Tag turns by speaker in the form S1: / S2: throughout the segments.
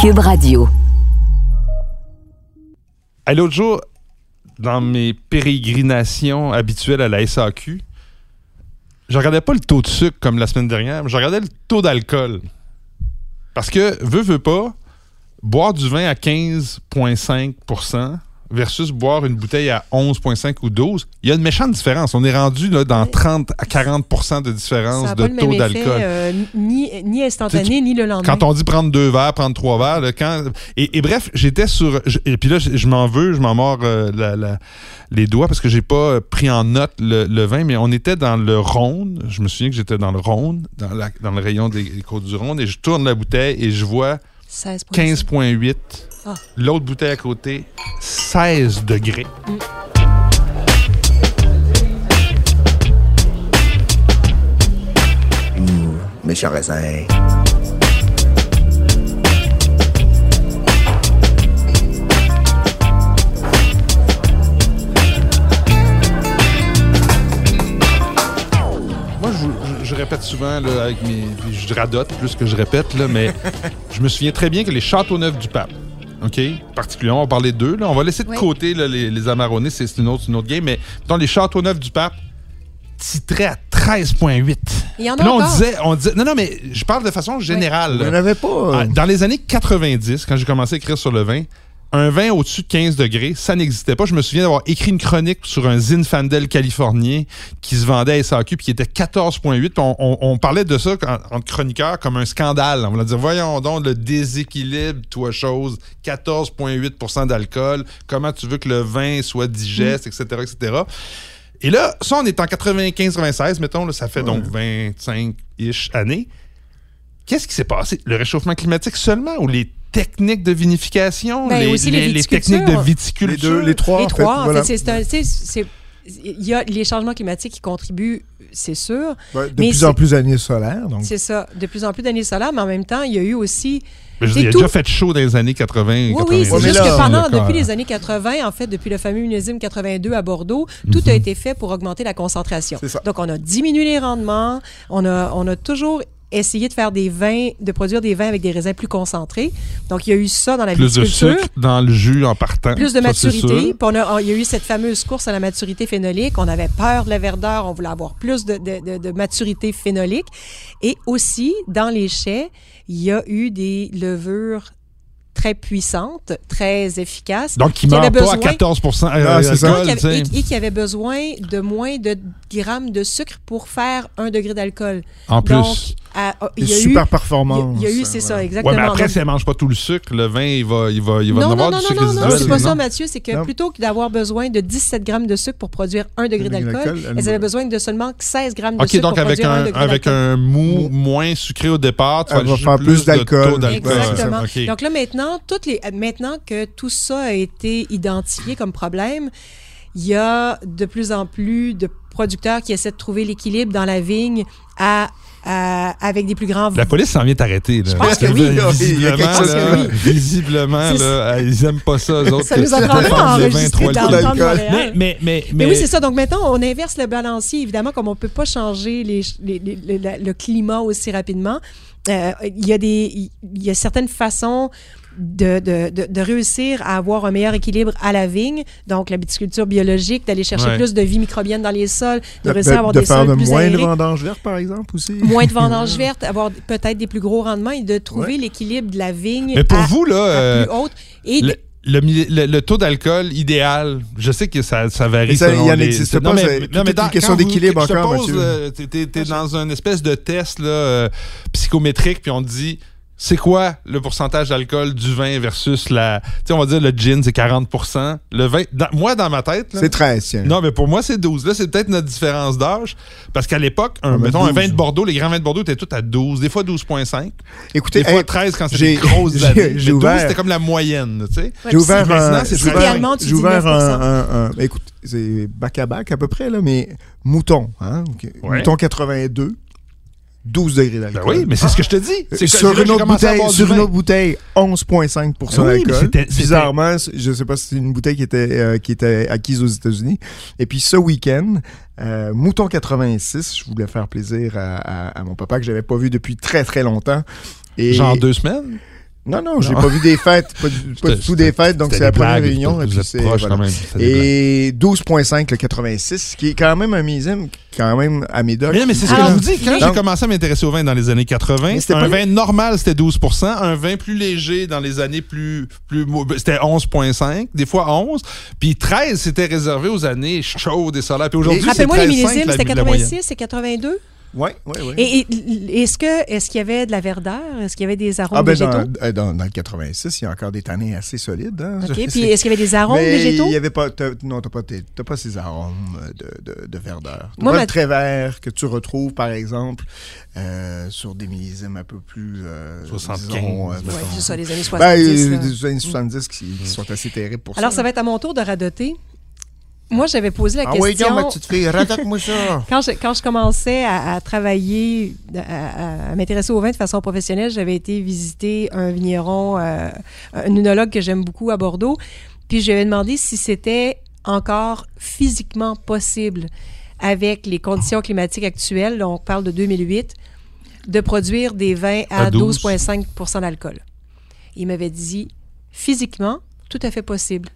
S1: Cube Radio.
S2: À l'autre jour, dans mes pérégrinations habituelles à la SAQ, je regardais pas le taux de sucre comme la semaine dernière, mais je regardais le taux d'alcool. Parce que, veux, veux pas, boire du vin à 15,5 versus boire une bouteille à 11,5 ou 12, il y a une méchante différence. On est rendu là, dans 30 à 40 de différence
S3: Ça n'a
S2: de
S3: pas le
S2: taux
S3: même effet,
S2: d'alcool.
S3: euh, ni, ni
S2: Tu sais,
S3: instantané, ni le lendemain.
S2: Quand on dit prendre deux verres, prendre trois verres, là, quand... et, et bref, j'étais sur. je- et puis là, je, je m'en veux, je m'en mords euh, la- la- les doigts parce que j'ai pas euh, pris en note le, le vin, mais on était dans le Rhône. Je me souviens que j'étais dans le Rhône, dans, la- dans le rayon des, des Côtes du Rhône, et je tourne la bouteille et je vois
S3: 16
S2: 15,8.
S3: Ah.
S2: L'autre bouteille à côté, 16 degrés.
S4: méchant raisin.
S2: Moi, je, vous- je- je répète souvent, là, avec mes, puis je radote plus que je répète, là, mais je me souviens très bien que les Châteauneuf du Pape, OK? Particulièrement, on parlait d'eux. Là. On va laisser de
S3: Oui.
S2: côté là, les, les Amaronnais, c'est, c'est une, autre, une autre game, mais dans les Châteauneuf du Pape, titraient à 13,8.
S3: Il y en a
S2: Puis là, on
S3: encore.
S2: disait, on disait. Non, non, mais je parle de façon générale.
S4: Vous
S2: là.
S4: n'avez pas. euh,
S2: Ah, Dans les années 90, quand j'ai commencé à écrire sur le vin, un vin au-dessus de 15 degrés, ça n'existait pas. Je me souviens d'avoir écrit une chronique sur un Zinfandel californien qui se vendait à SAQ puis qui était 14,8. Puis On, on- on parlait de ça en- entre chroniqueurs comme un scandale. On voulait dire, voyons donc le déséquilibre, toi chose, 14,8 d'alcool, comment tu veux que le vin soit digeste, etc., etc. Et là, ça, on est en 95-96, mettons, là, ça fait donc 25-ish années. Qu'est-ce qui s'est passé? Le réchauffement climatique seulement ou les techniques de vinification,
S3: Ben,
S2: les,
S3: aussi les
S2: les
S3: viticultures.
S2: techniques de
S4: les
S2: viticulture?
S4: deux, les trois.
S3: Les
S4: en fait,
S3: trois, en fait,
S4: voilà.
S3: c'est- c'est un- tu sais, c'est- Il y a les changements climatiques qui contribuent, c'est sûr.
S4: Ouais, de
S3: mais
S4: plus
S3: c'est-
S4: en plus d'années solaires. Donc,
S3: C'est ça. De plus en plus d'années solaires, mais en même temps, il y a eu aussi.
S2: Mais je veux
S3: C'est
S2: dire, il a
S3: tout.
S2: déjà fait chaud dans les années 80 et
S3: Oui, oui,
S2: 90.
S3: c'est
S4: Ouais, mais
S3: juste
S4: là,
S3: que pendant,
S2: D'accord.
S3: depuis les années 80, en fait, depuis le fameux millésime 82 à Bordeaux, tout a été fait pour augmenter la concentration.
S4: C'est ça.
S3: Donc, on a diminué les rendements, on a, on a toujours essayé de faire des vins, de produire des vins avec des raisins plus concentrés. Donc, il y a eu ça dans la
S2: Plus de
S3: viticulture.
S2: sucre dans le jus en partant.
S3: Plus de
S2: Ça, c'est
S3: maturité.
S2: sûr.
S3: Puis on a- on- il y a eu cette fameuse course à la maturité phénolique. On avait peur de la verdeur. On voulait avoir plus de, de- de- de maturité phénolique. Et aussi, dans les chais, il y a eu des levures très puissantes, très efficaces.
S2: Donc, il
S3: Puis
S2: ne
S3: il y
S2: meurt
S3: avait
S2: pas à hein. 14
S3: besoin-
S4: Ah, c'est ça.
S3: Donc, il y
S2: d'alcool,
S3: avait-
S2: euh, tu sais,
S3: et, et qui avait besoin de moins de grammes de sucre pour faire un degré d'alcool.
S2: en plus.
S3: Donc, à- oh, il
S4: des
S3: y a
S4: super
S3: eu... il y a-
S4: performances.
S3: Il y a eu, c'est
S4: voilà.
S3: ça, exactement.
S2: hein, ouais, mais après,
S3: Donc,
S2: si elle mange pas tout le sucre, le vin, il va, il va, il va en
S3: non,
S2: avoir
S3: non,
S2: du
S3: non,
S2: sucre
S3: non, non,
S2: résiduel.
S3: c'est pas
S2: non?
S3: ça, Mathieu. C'est que
S4: Non.
S3: plutôt que d'avoir besoin de 17 grammes de sucre pour produire 1 degré
S4: degré
S3: d'alcool,
S4: d'alcool,
S3: elles
S4: elle-
S3: avaient besoin de seulement 16 grammes de
S2: OK,
S3: sucre
S2: donc
S3: pour
S2: avec
S3: produire un
S2: un,
S3: degré
S2: avec
S3: d'alcool.
S2: un mou moins sucré au départ, tu
S4: Elle
S2: vas
S4: va
S2: juste
S4: faire plus
S2: plus
S4: d'alcool.
S2: de taux d'alcool.
S3: Exactement.
S2: OK.
S3: Donc là, maintenant, toutes les, maintenant que tout ça a été identifié comme problème, il y a de plus en plus de producteurs qui essaient de trouver l'équilibre dans la vigne à, à- avec des plus grands
S2: La police s'en vient t'arrêter. Je
S3: pense que oui,
S4: là, il y a
S2: Visiblement,
S4: quelque chose
S2: là,
S3: que oui.
S2: visiblement
S3: C'est
S2: là, ils aiment pas ça, eux autres.
S3: Ça
S2: que
S3: nous
S2: tu
S3: apprendrait
S2: dépenses
S3: à
S2: les
S3: enregistrer
S2: 23
S3: dans
S2: kilos.
S3: le temps de Montréal.
S2: Mais, mais, mais,
S3: Mais, oui, c'est ça. Donc maintenant, on inverse le balancier. Évidemment, comme on ne peut pas changer les- les- les- les- la- le climat aussi rapidement, euh, il y a des, il il y a certaines façons de, de- de- de réussir à avoir un meilleur équilibre à la vigne. Donc, la viticulture biologique, d'aller chercher
S2: Ouais.
S3: plus de vie microbienne dans les sols, de,
S4: euh, De,
S3: réussir à avoir
S4: de
S3: des
S4: faire
S3: sols
S4: de
S3: plus
S4: moins de
S3: aérés,
S4: vendanges vertes, par exemple, aussi.
S3: moins de vendanges vertes, avoir peut-être des plus gros rendements et de trouver l'équilibre de la vigne
S2: Mais pour
S3: à,
S2: vous, là,
S3: à
S2: euh,
S3: plus haute. Et de-
S2: le, le mi- le- le taux d'alcool idéal, je sais que ça, ça varie.
S4: Mais ça,
S2: selon
S4: il y en
S2: les-
S4: existe
S2: c'est-
S4: pas, c'est- tout est une
S2: dans-
S4: question
S2: quand vous-
S4: d'équilibre
S2: je te
S4: encore,
S2: pose,
S4: Mathieu.
S2: euh, t'es- T'es t'es dans une espèce de test là, euh, psychométrique, puis on te dit. C'est quoi le pourcentage d'alcool du vin versus la. Tu sais, on va dire le gin, c'est 40 Le vin. dans- moi, dans ma tête. là,
S4: C'est 13, tiens.
S2: Non, mais pour moi, c'est 12. Là, c'est peut-être notre différence d'âge. Parce qu'à l'époque, un,
S4: Ah, ben,
S2: mettons, un
S4: 12.
S2: vin de Bordeaux, les grands vins de Bordeaux étaient tous à 12, des fois 12,5,
S4: Écoutez,
S2: des fois
S4: hey,
S2: 13 quand c'était
S4: j'ai-
S2: des grosses
S4: j'ai-
S2: années. Mais
S4: j'ai
S2: 12,
S4: ouvert-
S2: c'était comme la moyenne, tu sais.
S3: Ouais,
S4: J'ai
S3: puis
S4: ouvert
S2: c'est- maintenant,
S4: un.
S2: c'est
S4: j'ai ouvert-
S3: idéalement, tu
S4: J'ai
S3: dis
S4: ouvert
S3: 9%.
S4: un. un- un- ben, écoute, c'est bac à bac à peu près, là, mais mouton. Hein, ok.
S2: Ouais.
S4: Mouton 82, 12 degrés
S2: Ben
S4: d'alcool.
S2: oui, mais c'est ce que je te dis. C'est que- c'est
S4: Euh, sur
S2: là que
S4: une
S2: j'ai
S4: autre
S2: commencé à
S4: bouteille,
S2: boire du
S4: sur une
S2: vin. Ah
S4: autre bouteille, 11,5
S2: Oui, mais
S4: d'alcool.
S2: c'était- c'était-
S4: Bizarrement, c- je sais pas si c'est une bouteille qui était, euh, qui était acquise aux États-Unis. Et puis ce week-end, euh, Mouton 86, je voulais faire plaisir à, à- à mon papa que j'avais pas vu depuis très très longtemps. Et
S2: Genre deux semaines.
S4: Non, non, j'ai pas vu des fêtes, pas du, pas du tout des fêtes, donc c'est la première réunion. et puis c'est- voilà. Et 12.5 le 86, qui est quand même un millésime, quand même à Médoc.
S2: Mais, mais c'est ce que
S3: Alors,
S2: je vous dis. Quand j'ai
S4: donc-
S2: commencé à m'intéresser au vin dans les années 80,
S4: Mais c'était
S2: un
S4: pas-
S2: vin normal, c'était 12 Un vin plus léger dans les années plus. plus mou- ben, c'était 11,5, des fois 11. Puis 13, c'était réservé aux années chaudes et solaires. Puis aujourd'hui, c'est
S3: Rappelle-moi les
S2: 13,5
S3: millésimes,
S2: la-
S3: c'était
S2: la moyenne.
S3: 86 et 82.
S4: Ouais, ouais, ouais.
S3: Et, et- est-ce que est-ce qu'il y avait de la verdeur? Est-ce qu'il y avait des arômes
S4: ah, ben
S3: végétaux?
S4: dans, euh, dans, dans le 86, il y a encore des tanins assez solides. hein.
S3: OK.
S4: C'est-
S3: Puis est-ce qu'il y avait des arômes
S4: mais
S3: végétaux?
S4: Il y avait pas, t'as- non, t'as pas, tes- t'as pas ces arômes de, de, de verdeur. T'as
S3: Moi,
S4: pas
S3: ma-
S4: le très vert que tu retrouves, par exemple, euh, sur des millésimes un peu plus... Euh,
S2: 75.
S4: disons, euh,
S2: Ouais,
S3: Oui,
S4: mettons,
S3: c'est ça, les années 70.
S4: Ben, euh,
S3: là. Mm.
S4: des années 70 qui, qui sont assez terribles pour
S3: Alors,
S4: ça.
S3: ça va être à mon tour de radoter. Moi, j'avais posé la
S4: Ah oui,
S3: question.
S4: non, ma petite fille, raconte-moi ça.
S3: quand, je, quand je commençais à, à travailler, à, à- à m'intéresser au vin de façon professionnelle, j'avais été visiter un vigneron, euh, un œnologue que j'aime beaucoup à Bordeaux. Puis je lui avais demandé si c'était encore physiquement possible, avec les conditions climatiques actuelles, là, on parle de 2008, de produire des vins à,
S2: À 12.
S3: 12,5 d'alcool. Il m'avait dit physiquement, tout à fait possible.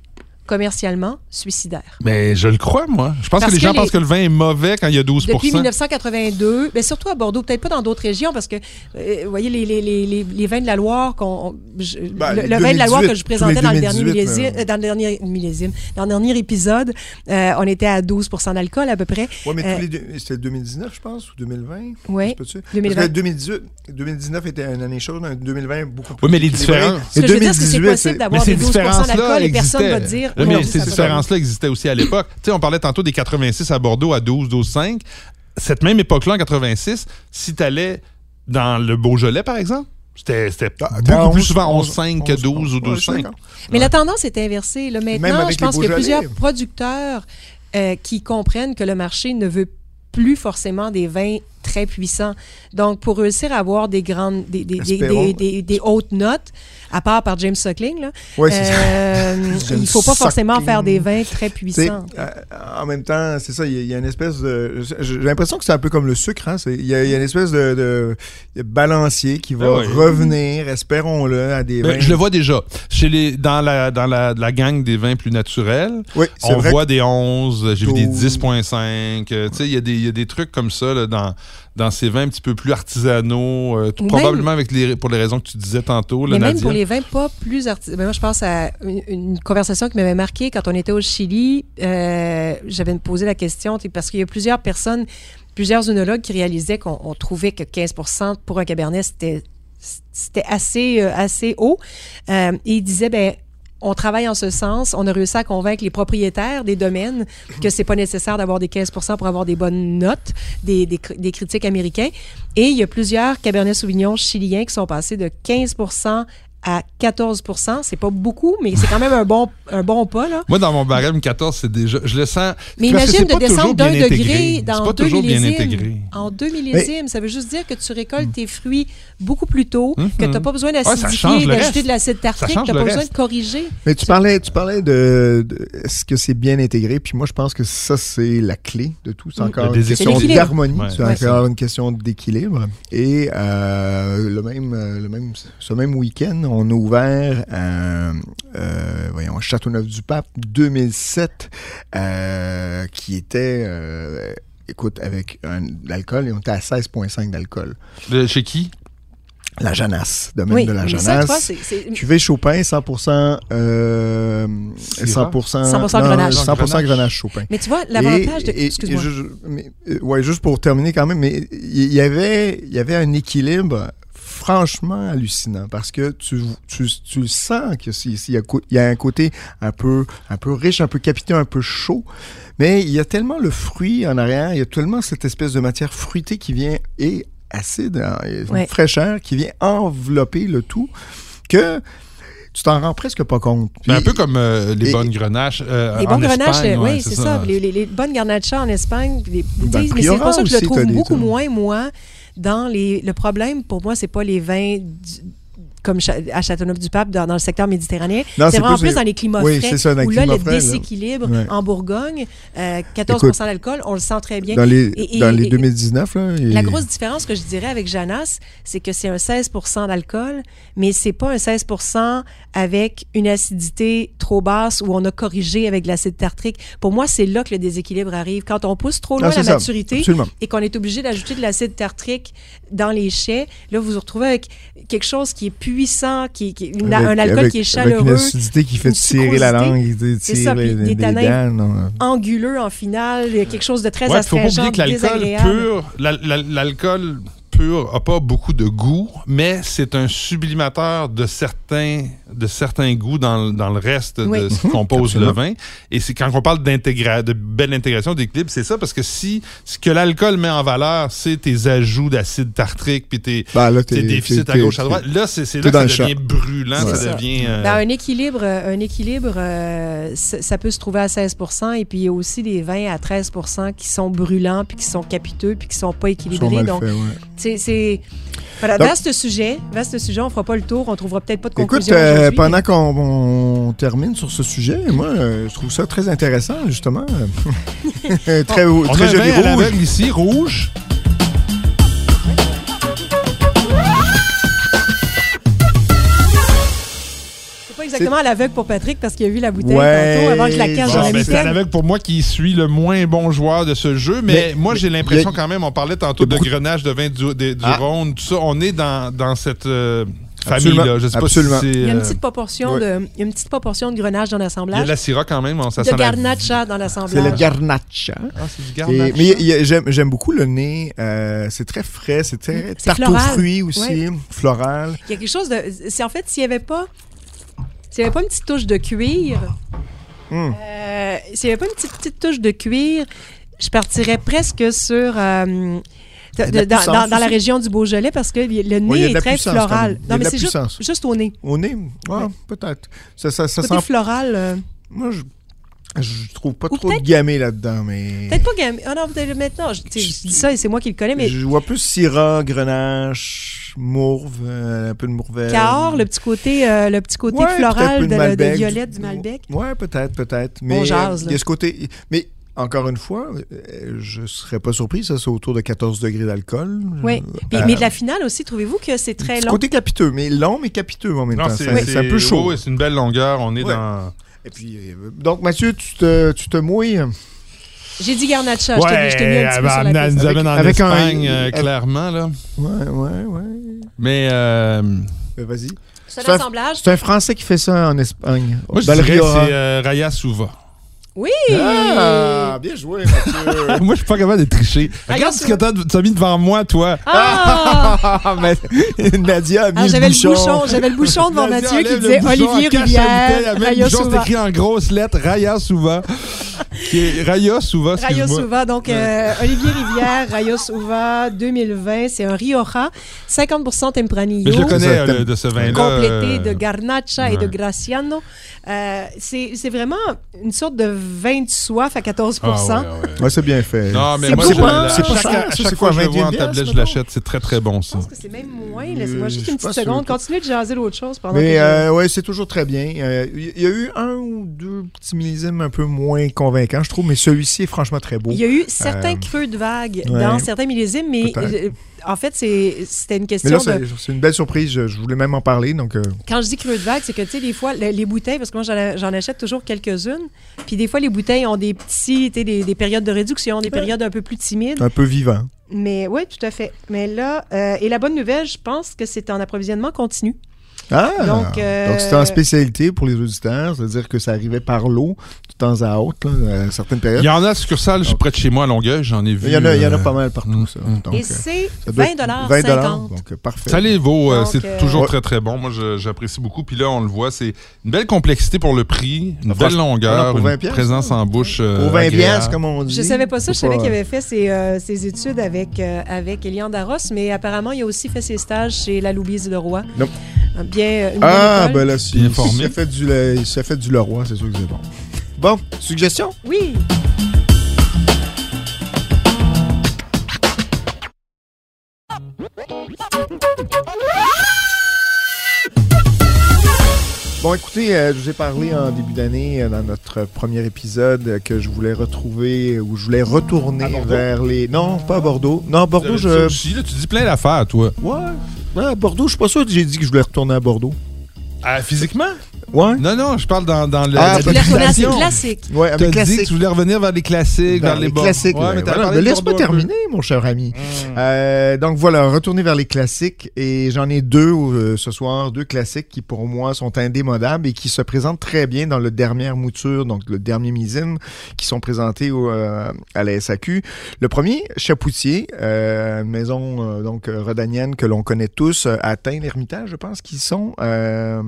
S3: Commercialement, suicidaire.
S2: Mais je le crois, moi. Je pense
S3: Parce
S2: que les
S3: que
S2: gens
S3: les-
S2: pensent que le vin est mauvais quand il y a 12
S3: Depuis 1982, mais ben, surtout à Bordeaux, peut-être pas dans d'autres régions, parce que, euh, vous voyez, les, les, les, les, les vins de la Loire, qu'on, on- je-
S4: Ben,
S3: le,
S4: les
S3: le vin de la Loire
S4: 2018,
S3: que je présentais dans le, dernier
S4: 2018,
S3: millésime,
S4: mais-
S3: euh, dans le dernier millésime, dans le dernier épisode, euh, on était à 12 d'alcool à peu près.
S4: Oui, mais
S3: Euh,
S4: tous les deux- c'était 2019, je pense, ou 2020?
S3: Ouais,
S4: Je peux tu-
S3: 2020.
S4: Parce que 2018, 2019 était une année chaude, un 2020 beaucoup plus.
S2: Oui, mais les
S4: équilibré.
S2: différences-
S3: Ce que je veux dire, c'est que c'est
S4: 2018,
S3: possible d'avoir des 12 d'alcool et personne ne va te dire.
S2: Oui,
S3: aujourd'hui,
S2: mais
S3: ça
S2: ces
S3: va pas.
S2: différences-là existaient aussi à l'époque. tu sais, on parlait tantôt des 86 à Bordeaux à 12, 12, 5. Cette même époque-là, en 86, si tu allais dans le Beaujolais, par exemple, c'était c'était
S4: Ah,
S2: beaucoup plus
S4: 11,
S2: souvent 11,
S4: 11,
S2: 5 que 12 ou
S4: ouais,
S2: 12,
S4: je suis
S2: 5.
S4: d'accord.
S3: Mais la tendance est inversée. Là. Maintenant,
S4: Ah. avec
S3: je pense
S4: les
S3: que
S4: Beaujolais.
S3: plusieurs producteurs euh, qui comprennent que le marché ne veut plus forcément des vins très puissants. Donc, pour réussir à avoir des grandes, des, des, des-
S4: Espérons.
S3: des- des- des hautes notes, à part par James Suckling, là,
S4: Ouais, c'est ça.
S3: euh, il
S4: James
S3: ne faut pas forcément
S4: Suckling.
S3: faire des vins très
S4: Tu sais,
S3: puissants.
S4: euh, en même temps, c'est ça, il y, a- il y a une espèce de. J'ai l'impression que c'est un peu comme le sucre. hein, c'est- Il y, a il y a une espèce de, de- de balancier qui va
S2: Ah ouais.
S4: revenir, espérons-le, à des.
S2: Ben,
S4: vins-
S2: je le vois déjà. Chez les, dans la, dans la, la gang des vins plus naturels,
S4: Oui, c'est
S2: on
S4: vrai.
S2: voit des 11, j'ai vu des
S4: 12.
S2: 10.5. euh, tu sais, Il y, a des- il y a des trucs comme ça là, dans, dans ces vins un petit peu plus artisanaux, euh, tout-
S3: Ou même-
S2: probablement avec les, pour les raisons que tu disais tantôt. Là,
S3: Mais même
S2: Nadia.
S3: pour les vins pas plus artisanaux. Moi, je pense à une, une conversation qui m'avait marqué quand on était au Chili. Euh, J'avais posé la question, tu sais, parce qu'il y a plusieurs personnes, plusieurs œnologues qui réalisaient qu'on on trouvait que 15 pour un cabernet, c'était c'était assez, euh, assez haut. Euh, et ils disaient, ben on travaille en ce sens. On a réussi à convaincre les propriétaires des domaines que c'est pas nécessaire d'avoir des 15 pour avoir des bonnes notes des, des cri- des critiques américains. Et il y a plusieurs Cabernet Sauvignon chiliens qui sont passés de 15 à 14 C'est pas beaucoup, mais c'est quand même un bon, un bon pas, là.
S2: Moi, dans mon barème 14, c'est déjà. Je le sens.
S3: Mais
S2: parce que
S3: imagine
S2: c'est
S3: de
S2: pas toujours
S3: descendre d'un
S2: bien
S3: degré
S2: intégré. C'est
S3: dans
S2: pas
S3: deux
S2: toujours bien
S3: millésimes.
S2: intégré.
S3: En deux millésimes, ça veut juste dire que tu récoltes tes fruits beaucoup plus tôt, que tu n'as pas besoin
S2: Mhm. ça
S3: d'acidifier,
S2: change le
S3: d'ajouter
S2: reste.
S3: de l'acide tartrique, tu
S2: change
S3: n'as
S2: le
S3: pas besoin
S2: reste.
S3: de corriger.
S4: Mais tu parlais, tu parlais de, de- est-ce que c'est bien intégré, puis moi je pense que ça c'est la clé de tout. C'est encore
S2: Le
S4: une
S2: déséquilibre.
S4: question
S3: C'est l'équilibre.
S4: d'harmonie,
S2: Ouais,
S4: c'est
S3: ouais,
S4: encore une question d'équilibre. Et euh, le même, euh, le même, ce même week-end, on a ouvert, euh, euh, voyons, Châteauneuf du Pape 2007, euh, qui était, euh, écoute, avec un- de l'alcool, et on était à 16,5 d'alcool.
S2: Le- chez qui
S4: La Janasse, domaine
S3: oui,
S4: de la
S3: mais ça, tu vois,
S4: Janasse.
S3: c'est- c'est-
S4: Cuvée Chopin, 100%, euh,
S2: Syrah.
S4: 100%,
S3: 100% grenache.
S4: 100% grenache Chopin.
S3: Mais tu vois,
S4: Et-
S3: l'avantage de...
S4: et- et
S3: Excuse-moi.
S4: ju- mais, euh, ouais, juste pour terminer quand même, mais il y, y avait, il y avait un équilibre franchement hallucinant parce que tu, tu, tu le sens que si- s'il y a co- il y, a un côté un peu, un peu riche, un peu capiteux, un peu chaud, mais il y a tellement le fruit en arrière, il y a tellement cette espèce de matière fruitée qui vient et acide, hein, et une
S3: Ouais.
S4: fraîcheur qui vient envelopper le tout que tu t'en rends presque pas compte.
S2: Ben, Un
S4: Puis-
S2: peu comme euh, les
S4: et-
S2: bonnes grenaches. euh,
S3: Les
S2: en
S3: bons grenaches,
S2: Espagne,
S3: euh,
S2: ouais,
S3: oui, c'est ça. Les, les- les bonnes garnachas en Espagne. puis les- tu sais,
S4: Dans le
S3: mais c'est
S4: Priorat
S3: pour ça que je le
S4: Ben, aussi,
S3: trouve
S4: t'as des-
S3: beaucoup
S4: t'as-
S3: moins, moi, dans les. Le problème, pour moi, c'est pas les vins du- comme cha- à Châteauneuf-du-Pape, dans, dans le secteur méditerranéen.
S4: Non,
S3: c'est
S4: c'est
S3: vraiment
S4: plus-
S3: plus dans les climats
S4: oui,
S3: frais,
S4: c'est ça, dans les
S3: où là,
S4: climats
S3: le
S4: frais, là.
S3: déséquilibre
S4: Ouais.
S3: en Bourgogne, euh, 14
S4: Écoute,
S3: d'alcool, on le sent très bien.
S4: Dans les,
S3: Et- et-
S4: dans les
S3: et-
S4: 2019, là. et-
S3: La grosse différence que je dirais avec Janas, c'est que c'est un 16 d'alcool, mais c'est pas un 16 avec une acidité trop basse où on a corrigé avec de l'acide tartrique. Pour moi, c'est là que le déséquilibre arrive. Quand on pousse trop
S4: Ah,
S3: loin
S4: c'est
S3: la
S4: ça,
S3: maturité
S4: Absolument.
S3: et qu'on est obligé d'ajouter de l'acide tartrique dans les chais, là, vous vous retrouvez avec quelque chose qui est puissant, qui, qui- une-
S4: Avec-
S3: un alcool
S4: avec-
S3: qui est
S4: Avec une
S3: chaleureux,
S4: acidité qui fait
S3: une
S4: tirer la
S3: sucrosité.
S4: langue, qui
S3: C'est
S4: tire
S3: ça,
S4: les,
S3: puis des
S4: les
S3: tanins.
S4: dents. non.
S3: anguleux en finale, il y a quelque chose de très
S2: Ouais, faut pas
S3: astringent,
S2: oublier que l'alcool
S3: désagréable.
S2: pur, l'al- l'al- l'alcool pur a pas beaucoup de goût, mais c'est un sublimateur de certains, de certains goûts dans, le- dans le reste de
S3: Oui.
S2: ce qui compose le
S4: Absolument.
S2: vin. Et c'est quand on parle d'intégra- de belle intégration, d'équilibre, c'est ça parce que si ce que l'alcool met en valeur, c'est tes ajouts d'acide tartrique puis tes,
S4: Ben, là,
S2: tes
S4: t'es-
S2: déficits
S4: t'es-
S2: à gauche à
S4: t'es-
S2: droite, là c'est c'est
S4: t'es
S2: là
S4: dans
S2: que
S4: le
S2: ça devient brûlant,
S3: C'est
S2: ça
S3: ça.
S2: devient. euh,
S3: Ben, un équilibre, euh, un équilibre euh, ça ça peut se trouver à 16 et puis il y a aussi des vins à 13 qui sont brûlants, puis qui sont capiteux, puis qui sont pas
S4: Ils sont
S3: équilibrés.
S4: mal
S3: Donc,
S4: faits, ouais.
S3: c'est- c'est. Voilà,
S4: Donc-
S3: vaste sujet, vaste sujet, on fera pas le tour, on trouvera peut-être pas de
S4: Écoute,
S3: conclusion.
S4: euh,
S3: aujourd'hui, mais-
S4: pendant qu'on on termine sur ce sujet, moi, euh, je trouve ça très intéressant, justement. très très
S2: on a un
S4: joli
S2: vin à
S4: rouge.
S2: l'aveugle ici, rouge.
S3: C'est pas exactement à l'aveugle pour Patrick parce qu'il a vu la bouteille
S4: Ouais.
S3: tantôt avant que la cache dans la
S4: Bon,
S2: Bon, ben, c'est
S3: mitaine.
S2: l'aveugle pour moi qui suis le moins bon joueur de ce jeu, mais,
S4: Mais-
S2: moi j'ai l'impression quand même, on parlait tantôt
S4: il y
S2: de
S4: a beaucoup-
S2: grenage de vin du, des- du
S4: Ah.
S2: Rhône, tout ça, on est dans, dans cette euh,
S4: Absolument.
S2: famille-là. Je sais pas
S4: Absolument.
S2: si c'est...
S3: Il y a une
S2: euh,
S3: petite proportion
S4: Ouais.
S3: de, il y a une petite proportion de grenache dans
S2: il y a de
S3: l'assemblage.
S2: la Syrah quand même, on- ça
S3: De
S2: sent la-
S3: garnacha dans
S4: C'est le
S3: l'assemblage.
S4: garnacha.
S2: Ah, c'est du
S4: Et-
S2: garnacha.
S4: mais il y a- j'aime j'aime beaucoup le nez. euh, c'est très frais, c'est très
S3: C'est
S4: tarte aux
S3: floral.
S4: fruits aussi, floral.
S3: Il y a quelque chose de. C'est en fait, s'il n'y avait pas. S'il n'y avait pas une petite touche de cuir.
S4: Hum.
S3: euh, s'il n'y avait pas une petite, petite touche de cuir, je partirais presque sur. euh, de-
S4: y a de la
S3: dans,
S4: puissance
S3: dans- dans la
S4: aussi.
S3: région du Beaujolais, parce que le nez
S4: il y a de
S3: est
S4: la
S3: très
S4: puissance quand
S3: floral.
S4: même. Il y a
S3: Non,
S4: de
S3: mais
S4: la
S3: c'est juste,
S4: puissance.
S3: juste au nez.
S4: Au nez, ouais,
S3: Ouais.
S4: peut-être. Ça, ça, ça
S3: Côté
S4: sent.
S3: floral. euh,
S4: Moi, je, je trouve pas
S3: Ou
S4: trop de
S3: peut-être-
S4: gamay là-dedans, mais.
S3: Peut-être pas gamme. Ah non, peut-être maintenant. Je, tu sais, je dis ça et c'est moi qui le connais, mais
S4: Je vois plus syrah, grenache, mourve, euh, un peu de mourvelle.
S3: Cahors, le petit côté, euh, le petit côté
S4: Ouais, peut-être un
S3: floral de,
S4: peu de
S3: la- de
S4: Malbec,
S3: violette du Malbec.
S4: Ouais, peut-être, peut-être. Mais
S3: jase,
S4: euh,
S3: là.
S4: il y a ce côté. Mais encore une fois, euh, je serais pas surpris, ça, c'est autour de 14 degrés d'alcool.
S3: Oui.
S4: Euh,
S3: Puis-
S4: euh,
S3: mais de la finale aussi, trouvez-vous que c'est très
S4: petit
S3: long?
S4: côté capiteux, mais long, mais capiteux en même
S2: Non,
S4: temps.
S2: c'est
S4: Ça-
S2: c'est-
S4: C'est un peu chaud.
S2: oui, oui, c'est une belle longueur, on est
S4: Ouais.
S3: Ah,
S2: dans...
S4: Et puis, euh, donc, Mathieu, tu te, tu te mouilles.
S3: J'ai dit garnacha. je t'ai- je t'ai mis un petit peu sur la piste.
S2: elle nous
S4: Avec-
S2: amène ben, en
S4: avec un-
S2: Espagne, euh,
S4: avec-
S2: clairement, là.
S4: Ouais, ouais, ouais.
S2: Mais... euh,
S4: Euh, Vas-y.
S3: C'est
S4: C'est
S3: un
S4: un-
S3: assemblage.
S4: C'est un Français qui fait ça en Espagne.
S2: Moi, je
S4: Dans le
S2: dirais que euh,
S4: Rioja.
S2: c'est euh, Raya Souva.
S3: Oui!
S4: Ah, bien joué, Mathieu.
S2: moi, je suis pas capable de tricher. Regarde ce que t'as t'as mis devant moi, toi.
S3: Ah!
S4: Ah, mais Nadia a mis
S3: Alors, Ah, j'avais
S4: le
S3: le bouchon, j'avais le bouchon devant
S2: Nadia
S3: Mathieu qui
S2: enlève le
S3: disait
S2: bouchon,
S3: Olivier
S2: cache la bouteille
S3: Rivière,
S2: avec le
S3: Raya
S2: bouchon, C'est
S3: Souva.
S2: écrit en grosses lettres, Raya Souva. qui est Raya Souva,
S3: Raya
S2: excuse-moi.
S3: Souva, donc euh, Olivier Rivière, Raya Souva 2020, c'est un Rioja, 50% Tempranillo.
S2: Mais je le connais,
S4: Ça,
S2: euh, le- de ce vin-là.
S3: complété de
S2: euh,
S3: garnacha et de
S2: ouais.
S3: graciano. Euh, c'est c'est vraiment une sorte de vin de soif à 14
S2: ah, ouais, ouais.
S4: Ouais, c'est bien fait.
S2: Non, mais
S3: C'est
S2: moi,
S3: pas
S2: je
S3: bon,
S2: la-
S3: c'est
S2: à
S3: pas
S2: chaque,
S4: cher.
S2: à
S4: Ça,
S2: chaque
S4: c'est
S2: fois
S4: quoi,
S2: que je le vois en
S4: 21
S2: tablette, je
S4: piastres,
S2: l'achète. C'est très, très bon,
S3: Je
S2: ça.
S3: pense que c'est même moins. là.
S4: Euh,
S3: Laissez-moi juste
S4: je
S3: une
S4: suis pas
S3: petite seconde.
S4: sûr.
S3: Continuez de jaser l'autre chose pendant que
S4: Mais
S3: je-
S4: euh, ouais, c'est toujours très bien. Euh, Il y a eu un ou deux petits millésimes un peu moins convaincants, je trouve, mais celui-ci est franchement très beau.
S3: Il y a eu certains
S4: Euh,
S3: creux de vague
S4: ouais.
S3: dans certains millésimes, mais
S4: Peut-être.
S3: euh, en fait, c'est- c'était une question
S4: Mais là,
S3: de...
S4: c'est c'est une belle surprise. Je, je voulais même en parler, donc euh,
S3: Quand je dis creux de vague, c'est que, tu sais, des fois, les, les bouteilles, parce que moi, j'en- j'en achète toujours quelques-unes, puis des fois, les bouteilles ont des petits, tu sais, des, des périodes de réduction, des périodes un peu plus timides.
S4: un peu vivant.
S3: Mais oui, tout à fait. Mais là, euh, et la bonne nouvelle, je pense que c'est en approvisionnement continu.
S4: Ah!
S3: Donc, euh,
S4: Donc, c'était en spécialité pour les auditeurs, c'est-à-dire que ça arrivait par l'eau de temps à autre, là, à certaines
S2: Il
S4: périodes.
S2: y en a à succursale, je suis près de chez moi à Longueuil, j'en ai vu.
S4: Il y en a, il y en a
S2: euh,
S4: pas mal partout,
S2: mm,
S4: ça.
S2: mm.
S4: Donc,
S3: et
S4: euh,
S3: c'est
S4: ça doit
S3: 20
S4: être
S3: 20 50
S4: donc euh, parfait.
S2: Ça les vaut, euh,
S3: Donc,
S2: c'est
S3: euh,
S2: toujours
S4: Ouais.
S2: très très bon. Moi, je- j'apprécie beaucoup. Puis là, on le voit, c'est une belle complexité pour le prix, une
S4: Ah,
S2: belle
S4: franchement, voilà,
S2: longueur,
S4: pour 20
S2: une
S4: piastres,
S2: présence en bouche. euh,
S4: Au 20 piastres, comme on dit.
S3: euh, Je savais pas ça. Je
S4: Faut
S3: savais
S4: pas-
S3: qu'il avait fait ses, euh, ses études avec, euh, avec Elian Darros, mais apparemment, il a aussi fait ses stages chez la Louise Leroy.
S4: Non.
S3: Un Bien, euh, une
S4: Ah,
S3: bonne
S4: ben
S3: école.
S4: là, si,
S2: Bien
S4: si
S2: formé.
S4: ça fait du, le- si ça fait du Leroy, c'est sûr que c'est bon. Bon, suggestion?
S3: Oui.
S4: Bon, écoutez, euh, je vous ai parlé en début d'année euh, dans notre premier épisode euh, que je voulais retrouver euh, ou je voulais
S2: À
S4: retourner
S2: Bordeaux?
S4: vers les. Non, pas à Bordeaux. Non, Bordeaux,
S2: Ça
S4: je.
S2: aussi, là, tu dis plein d'affaires, toi.
S4: Ouais. Ouais, à Bordeaux, je suis pas sûr que j'ai dit que je voulais retourner à Bordeaux.
S2: Ah, physiquement?
S4: Ouais.
S2: Non, non, je parle dans, dans le.
S4: Ah,
S2: la
S4: tu
S3: Tu voulais retourner à ces
S2: population.
S3: classiques.
S4: Ouais,
S2: T'as
S4: avec
S2: dit que
S4: classique.
S2: tu voulais revenir vers les classiques,
S4: Dans
S2: vers les,
S4: les
S2: bords.
S4: classiques.
S2: Ouais,
S4: là,
S2: mais t'as
S4: voilà.
S2: parlé
S4: Ne
S2: de
S4: laisse pas
S2: Bordeaux un peu.
S4: terminer, mon cher ami.
S2: Mm.
S4: Euh, donc voilà, retourner vers les classiques. Et j'en ai deux euh, ce soir, deux classiques qui pour moi sont indémodables et qui se présentent très bien dans le dernière mouture, donc le dernier misine, qui sont présentés au, euh, à la SAQ. Le premier, Chapoutier, euh, une maison euh, donc euh, redanienne que l'on connaît tous, euh, à Tain-l'Hermitage, je pense qu'ils sont. euh,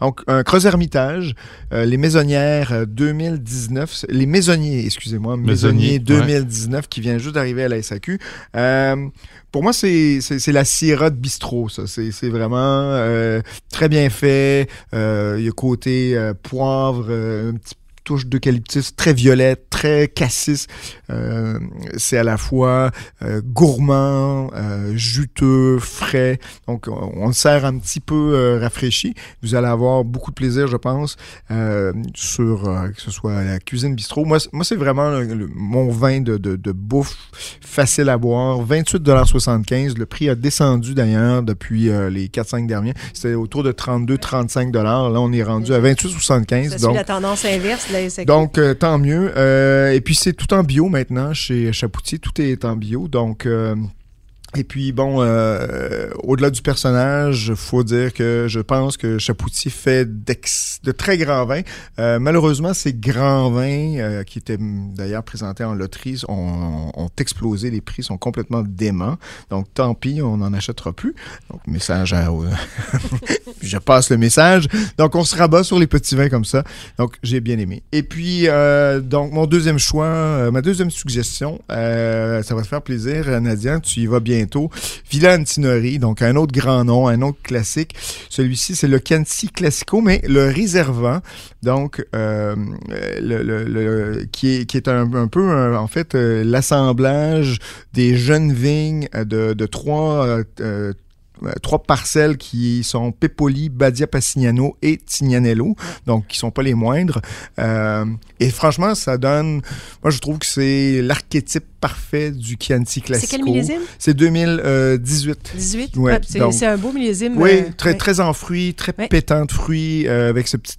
S4: donc un Creuse-Hermitage, euh, les maisonnières euh, 2019, les maisonniers, excusez-moi,
S2: Maisonniers,
S4: maisonniers 2019 qui vient juste d'arriver à la SAQ. Euh, pour moi, c'est c'est- c'est la Sierra de bistrot, ça. C'est c'est vraiment euh, très bien fait. Euh, Il y a côté euh, poivre, euh, une petite touche d'eucalyptus très violette, très cassis. Euh, c'est à la fois euh, gourmand, euh, juteux, frais. Donc, on, on le sert un petit peu euh, rafraîchi. Vous allez avoir beaucoup de plaisir, je pense, euh, sur euh, que ce soit la cuisine bistrot. Moi, c'est- moi c'est vraiment le- le- mon vin de- de- de bouffe facile à boire, 28,75 Le prix a descendu d'ailleurs depuis euh, les 4-5 derniers. C'était autour de 32-35 Là, on est rendu à
S3: Ça
S4: 28,75
S3: suit
S4: Donc,
S3: la tendance inverse de la SAQ.
S4: donc euh, tant mieux. Euh, et puis, c'est tout en bio maintenant chez Chapoutier. Tout est en bio. Donc, euh, et puis, bon, euh, au-delà du personnage, faut dire que je pense que Chapoutier fait d'ex- de très grands vins. Euh, malheureusement, ces grands vins, euh, qui étaient mm, d'ailleurs présentés en loterie, ont, ont explosé. Les prix sont complètement déments. Donc, tant pis, on n'en achètera plus. Donc, message à... euh, je passe le message. Donc, on se rabat sur les petits vins comme ça. Donc, j'ai bien aimé. Et puis, euh, donc, mon deuxième choix, euh, ma deuxième suggestion, euh, ça va te faire plaisir, euh, Nadia, tu y vas bientôt. Villa Antinori, donc un autre grand nom, un autre classique. Celui-ci, c'est le Canti Classico, mais le réservant, donc, euh, euh, le, le- le- qui est, qui est un, un peu, euh, en fait, euh, l'assemblage des jeunes vignes euh, de, de trois... euh, euh, euh, trois parcelles qui sont Pepoli, Badia Passignano et Tignanello donc qui sont pas les moindres. Euh, et franchement, ça donne. Moi, je trouve que c'est l'archétype parfait du Chianti
S3: C'est
S4: classico.
S3: quel millésime?
S4: C'est 2018.
S3: 18?
S4: Ouais,
S3: Ah, c'est
S4: donc-
S3: c'est un beau millésime.
S4: Oui,
S3: euh,
S4: très
S3: ouais.
S4: très en fruits, très
S3: Ouais.
S4: pétant de fruits, euh, avec ce petit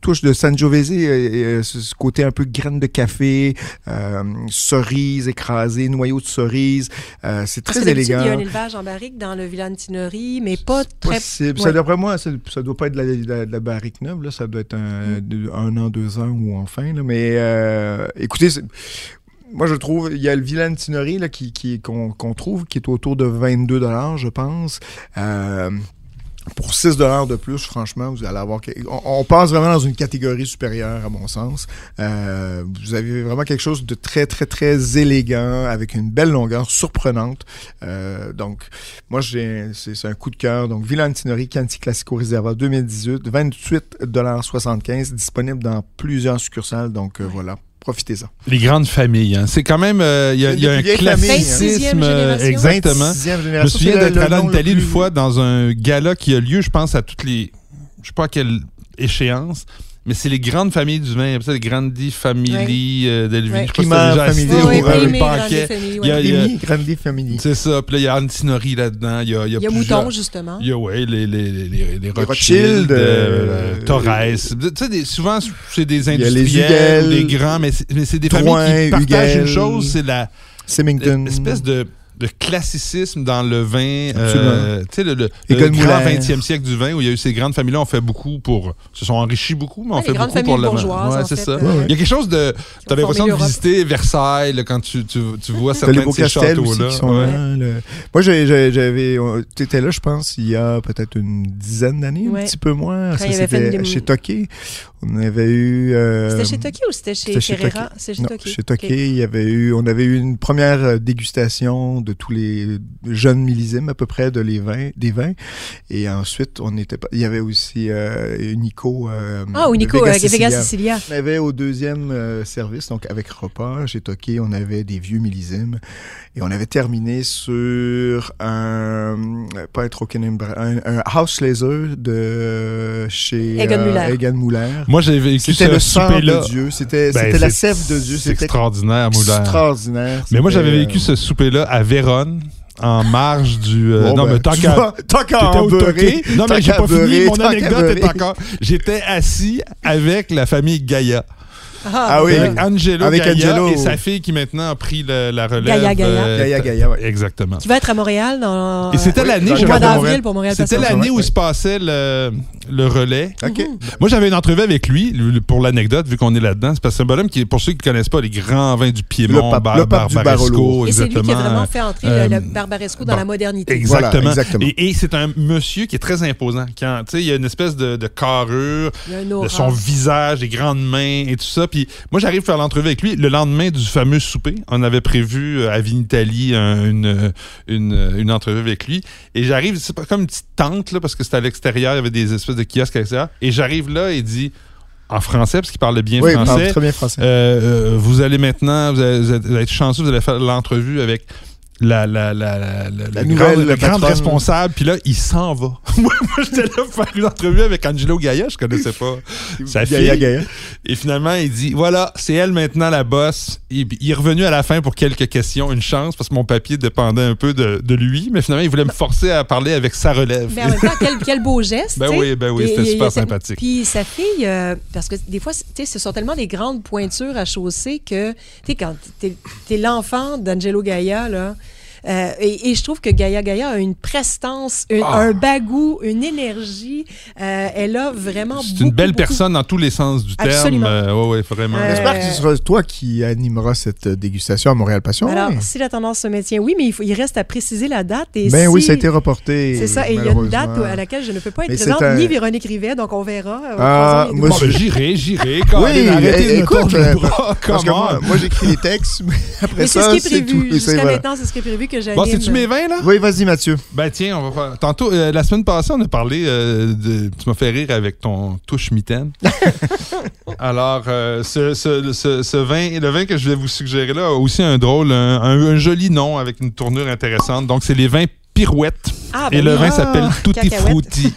S4: touche de Sangiovese, euh, euh, ce ce côté un peu graine de café, euh, cerise écrasée, noyau de cerise. Euh, c'est
S3: Parce
S4: très
S3: que d'habitude,
S4: élégant.
S3: Il y a un élevage en barrique dans le Villantinori, mais pas très.
S4: possible.
S3: ouais.
S4: Ça, d'après moi, ça, ça doit pas être de la, de la- de la barrique neuve. Là. Ça doit être
S3: Mm.
S4: un, de- un an, deux ans ou enfin. là. Mais euh, écoutez, c'est- moi, je trouve, il y a le Villain Tinori là, qui, qui- qu'on, qu'on trouve, qui est autour de 22 je pense. Euh, pour 6 de plus, franchement, vous allez avoir. que- On, on passe vraiment dans une catégorie supérieure, à mon sens. Euh, vous avez vraiment quelque chose de très, très, très élégant, avec une belle longueur, surprenante. Euh, donc, moi, j'ai, c'est, c'est un coup de cœur. Donc, Villantinori Canti Classico Reserva 2018, 28,75 disponible dans plusieurs succursales. Donc, euh, voilà, profitez-en.
S2: Les grandes familles. hein. C'est quand même. euh, Il y a,
S4: C'est
S2: il y a
S4: des
S2: un
S4: vieilles familles, hein.
S2: classicisme.
S3: 26e
S2: euh,
S3: génération.
S2: Exactement.
S4: 26e
S2: Je me
S4: génération,
S2: souviens
S4: c'est le-
S2: d'être
S4: le
S2: allé en
S4: nom le
S2: Italie une
S4: plus-
S2: fois dans un gala qui a lieu, je pense, à toutes les. Je sais pas à quelle échéance, mais c'est les grandes familles du vin. Il y a ça les grandi familles euh, d'Elvin.
S3: Ouais.
S2: Je sais pas si t'as déjà
S4: Primaire,
S2: assisté
S4: famille,
S2: au
S3: Oui,
S2: euh,
S4: ouais,
S3: oui, mais dans les
S2: banquet.
S3: familles,
S2: Il y a-
S3: ouais.
S2: il y a-
S4: Famille, Grandi Family.
S2: C'est ça. Puis là, il y a Antinori là-dedans. Il y a, il y a
S3: Il y a
S2: plusieurs-
S3: Mouton, justement.
S2: Il y a, ouais, les, les, les, les, les Rothschild,
S4: Rothschild,
S2: euh,
S4: euh,
S2: Torres. Tu sais, des- souvent, c'est des
S4: y a les
S2: industriels, ou
S4: Hugel,
S2: des grands, mais c'est mais c'est des
S4: Drouin,
S2: familles qui partagent
S4: Hugel.
S2: une chose, c'est la
S4: Symington.
S2: espèce de, de classicisme dans le vin. euh,
S4: Absolument.
S2: tu sais, le, le,
S4: Et
S2: le
S4: Goldmüller.
S2: grand 20e siècle du vin, où il y a eu ces grandes familles-là, on fait beaucoup pour... se sont enrichis beaucoup, mais on
S3: Ouais,
S2: fait
S3: les grandes
S2: beaucoup pour
S3: familles
S2: le
S3: bourgeoises,
S2: vin. Ouais,
S3: en
S2: c'est
S3: fait,
S2: ça.
S3: euh,
S2: Il y a quelque chose de... T'as l'impression de
S3: formé
S2: visiter Versailles là, quand tu, tu, tu vois
S4: T'as les
S2: certains de
S4: beaux
S2: ces
S4: castels aussi
S2: châteaux-là.
S4: qui sont
S2: Ouais.
S4: là. le- Moi, j'ai- j'ai- j'avais. on- T'étais là, je pense, il y a peut-être une dizaine d'années, un
S3: Ouais.
S4: petit peu moins.
S3: Quand
S4: Ça,
S3: il avait fait
S4: C'était
S3: une-
S4: chez Toqué. On avait eu. euh,
S3: C'était chez Toki ou c'était chez
S4: c'était chez
S3: Ferreira? C'était
S4: Non,
S3: Toki.
S4: chez Toqué, il y avait eu, on avait eu une première euh, dégustation de de tous les jeunes millésimes à peu près de les vins, des vins. Et ensuite, on était pas- il y avait aussi euh, Nico. euh,
S3: Ah,
S4: de
S3: ou Nico,
S4: Vega
S3: euh,
S4: Sicilia.
S3: Vega Sicilia.
S4: On avait au deuxième euh, service, donc avec repas, j'ai toqué, on avait des vieux millésimes. Et on avait terminé sur un, pas un Trockenembra, un, un House Laser de chez euh,
S3: Egan Müller.
S4: Egan Müller.
S2: Moi, j'ai vécu
S4: C'était
S2: ce
S4: le sang
S2: souper-là.
S4: de Dieu, c'était
S2: Ben,
S4: Euh, c'était la
S2: c'est-
S4: sève de Dieu,
S2: C'est
S4: c'était
S2: extraordinaire, Moulin.
S4: extraordinaire.
S2: Mais moi,
S4: C'était,
S2: j'avais vécu
S4: euh,
S2: ce souper-là à Vérone, en marge du. euh,
S4: bon,
S2: non,
S4: ben,
S2: mais tant
S4: tu
S2: qu'à-
S4: vois, tant qu'à
S2: T'étais
S4: en
S2: au
S4: beurrer,
S2: toqué. Non,
S4: tant
S2: mais j'ai
S4: qu'à
S2: pas fini.
S4: beurrer,
S2: Mon
S4: tant qu'à
S2: anecdote est
S4: beurrer.
S2: encore. J'étais assis avec la famille Gaïa.
S4: Ah
S3: euh,
S4: oui.
S2: Avec Angelo
S4: Avec
S2: Gaïa
S4: Angelo.
S2: et sa fille qui maintenant a pris le- la relève. euh,
S3: Gaïa, Gaïa.
S4: Gaïa, Gaïa, ouais.
S2: Exactement.
S3: Qui va être à Montréal dans.
S2: Et c'était
S3: euh,
S2: l'année,
S3: au
S2: je
S3: mois
S2: regarde
S4: Montréal.
S3: d'avril pour Montréal.
S2: C'était
S3: Passion.
S4: la-
S2: l'année où
S4: ouais.
S2: se passait le, le relais.
S4: OK.
S2: Moi, j'avais une entrevue avec lui, lui, pour l'anecdote, vu qu'on est là-dedans. C'est parce que c'est un bonhomme qui, est- pour ceux qui ne connaissent pas, les grands vins du Piémont,
S4: Le pape-
S2: Bar-
S4: le pape du
S2: Barbaresco,
S4: Barolo.
S3: Et c'est lui qui a
S2: exactement.
S3: vraiment fait entrer
S2: Euh,
S3: le, le Barbaresco dans
S2: bon.
S3: la modernité.
S2: Exactement.
S4: Voilà, exactement.
S2: Et, et c'est un monsieur qui est très imposant. Quand, tu sais, il y a une espèce de, de carrure,
S3: Il y a un
S2: de
S3: aura.
S2: son visage, des grandes mains et tout ça. Puis moi, j'arrive à faire l'entrevue avec lui le lendemain du fameux souper. On avait prévu euh, à Vinitalie un- une, une, une entrevue avec lui. Et j'arrive, c'est pas comme une petite tente, là, parce que c'était à l'extérieur, il y avait des espèces de kiosques à l'extérieur. Et j'arrive là et dit en français, parce qu'il parlait bien
S4: Oui,
S2: français.
S4: parle très bien français.
S2: Euh, euh, vous allez maintenant, vous allez, vous êtes- vous allez être chanceux, vous allez faire l'entrevue avec la, la, la, la, la- la
S4: nouvelle
S2: grande, la grande
S4: patronne.
S2: responsable, puis là, il s'en va. moi, moi, j'étais là pour faire une entrevue avec Angelo Gaia, je connaissais pas sa fille.
S4: Gaïa, Gaïa.
S3: Euh,
S2: Et finalement, il dit, voilà, c'est elle maintenant la boss. Il, il est revenu à la fin pour quelques questions, une chance, parce que mon papier dépendait un peu de, de lui, mais finalement, il voulait me forcer à parler avec sa relève.
S3: Mais en même temps, quel, quel beau geste.
S2: ben
S3: tu sais.
S2: oui, ben oui,
S3: Et-
S2: c'était
S3: et-
S2: super
S3: et-
S2: sympathique.
S3: Puis sa fille, euh, parce que des fois, tu sais, ce sont tellement des grandes pointures à chausser que, tu sais, quand t'es es, l'enfant d'Angelo Gaia, là. euh, et, et je trouve que Gaia Gaia a une prestance, une-
S2: Ah.
S3: un bagou, une énergie. Euh, elle a vraiment
S2: C'est
S3: beaucoup,
S2: une belle
S3: beaucoup-
S2: personne dans tous les sens du
S3: Absolument.
S2: terme. Euh, ouais, ouais, vraiment.
S3: Euh,
S4: J'espère que ce sera toi qui animeras cette euh, dégustation à Montréal Passion.
S3: Alors,
S4: oui.
S3: si la tendance se maintient, oui, mais il, faut- il reste à préciser la date. Et
S4: Ben oui,
S3: si-
S4: ça a été reporté.
S3: C'est ça, et il y a une date
S4: malheureusement.
S3: à laquelle je ne peux pas être
S4: Mais c'est
S3: présente,
S4: un-
S3: ni Véronique Rivet, donc on verra. euh, au
S4: Ah,
S3: croisement des
S4: moi,
S3: doigts.
S2: Bon, ben, j'irai, j'irai. Quand
S4: Oui,
S2: même, arrêtez
S4: eh,
S2: de me
S4: écoute,
S2: tordre le
S4: euh,
S2: bras,
S4: Parce que
S2: come
S4: moi,
S2: on.
S4: moi, j'éris les textes, mais après
S3: Mais c'est ce
S4: ça,
S3: qui est prévu.
S4: tout.
S3: Jusqu'à
S4: C'est- voilà.
S3: maintenant, c'est ce qui est prévu que j'anime.
S2: Bon, c'est-tu mes vins, là?
S4: Oui, vas-y, Mathieu.
S2: euh, Ben tiens, on va faire... Tantôt, euh, la semaine passée, on a parlé euh, de... Tu m'as fait rire avec ton touche mitaine. Alors, euh, ce, ce- ce- ce vin, le vin que je vais vous suggérer là a aussi un drôle, un, un- un joli nom avec une tournure intéressante. Donc, c'est les vins pirouettes.
S3: Ah,
S2: Et
S3: ben
S2: le
S3: oui.
S2: vin s'appelle Tutti
S3: Cacahuètes.
S2: Frutti.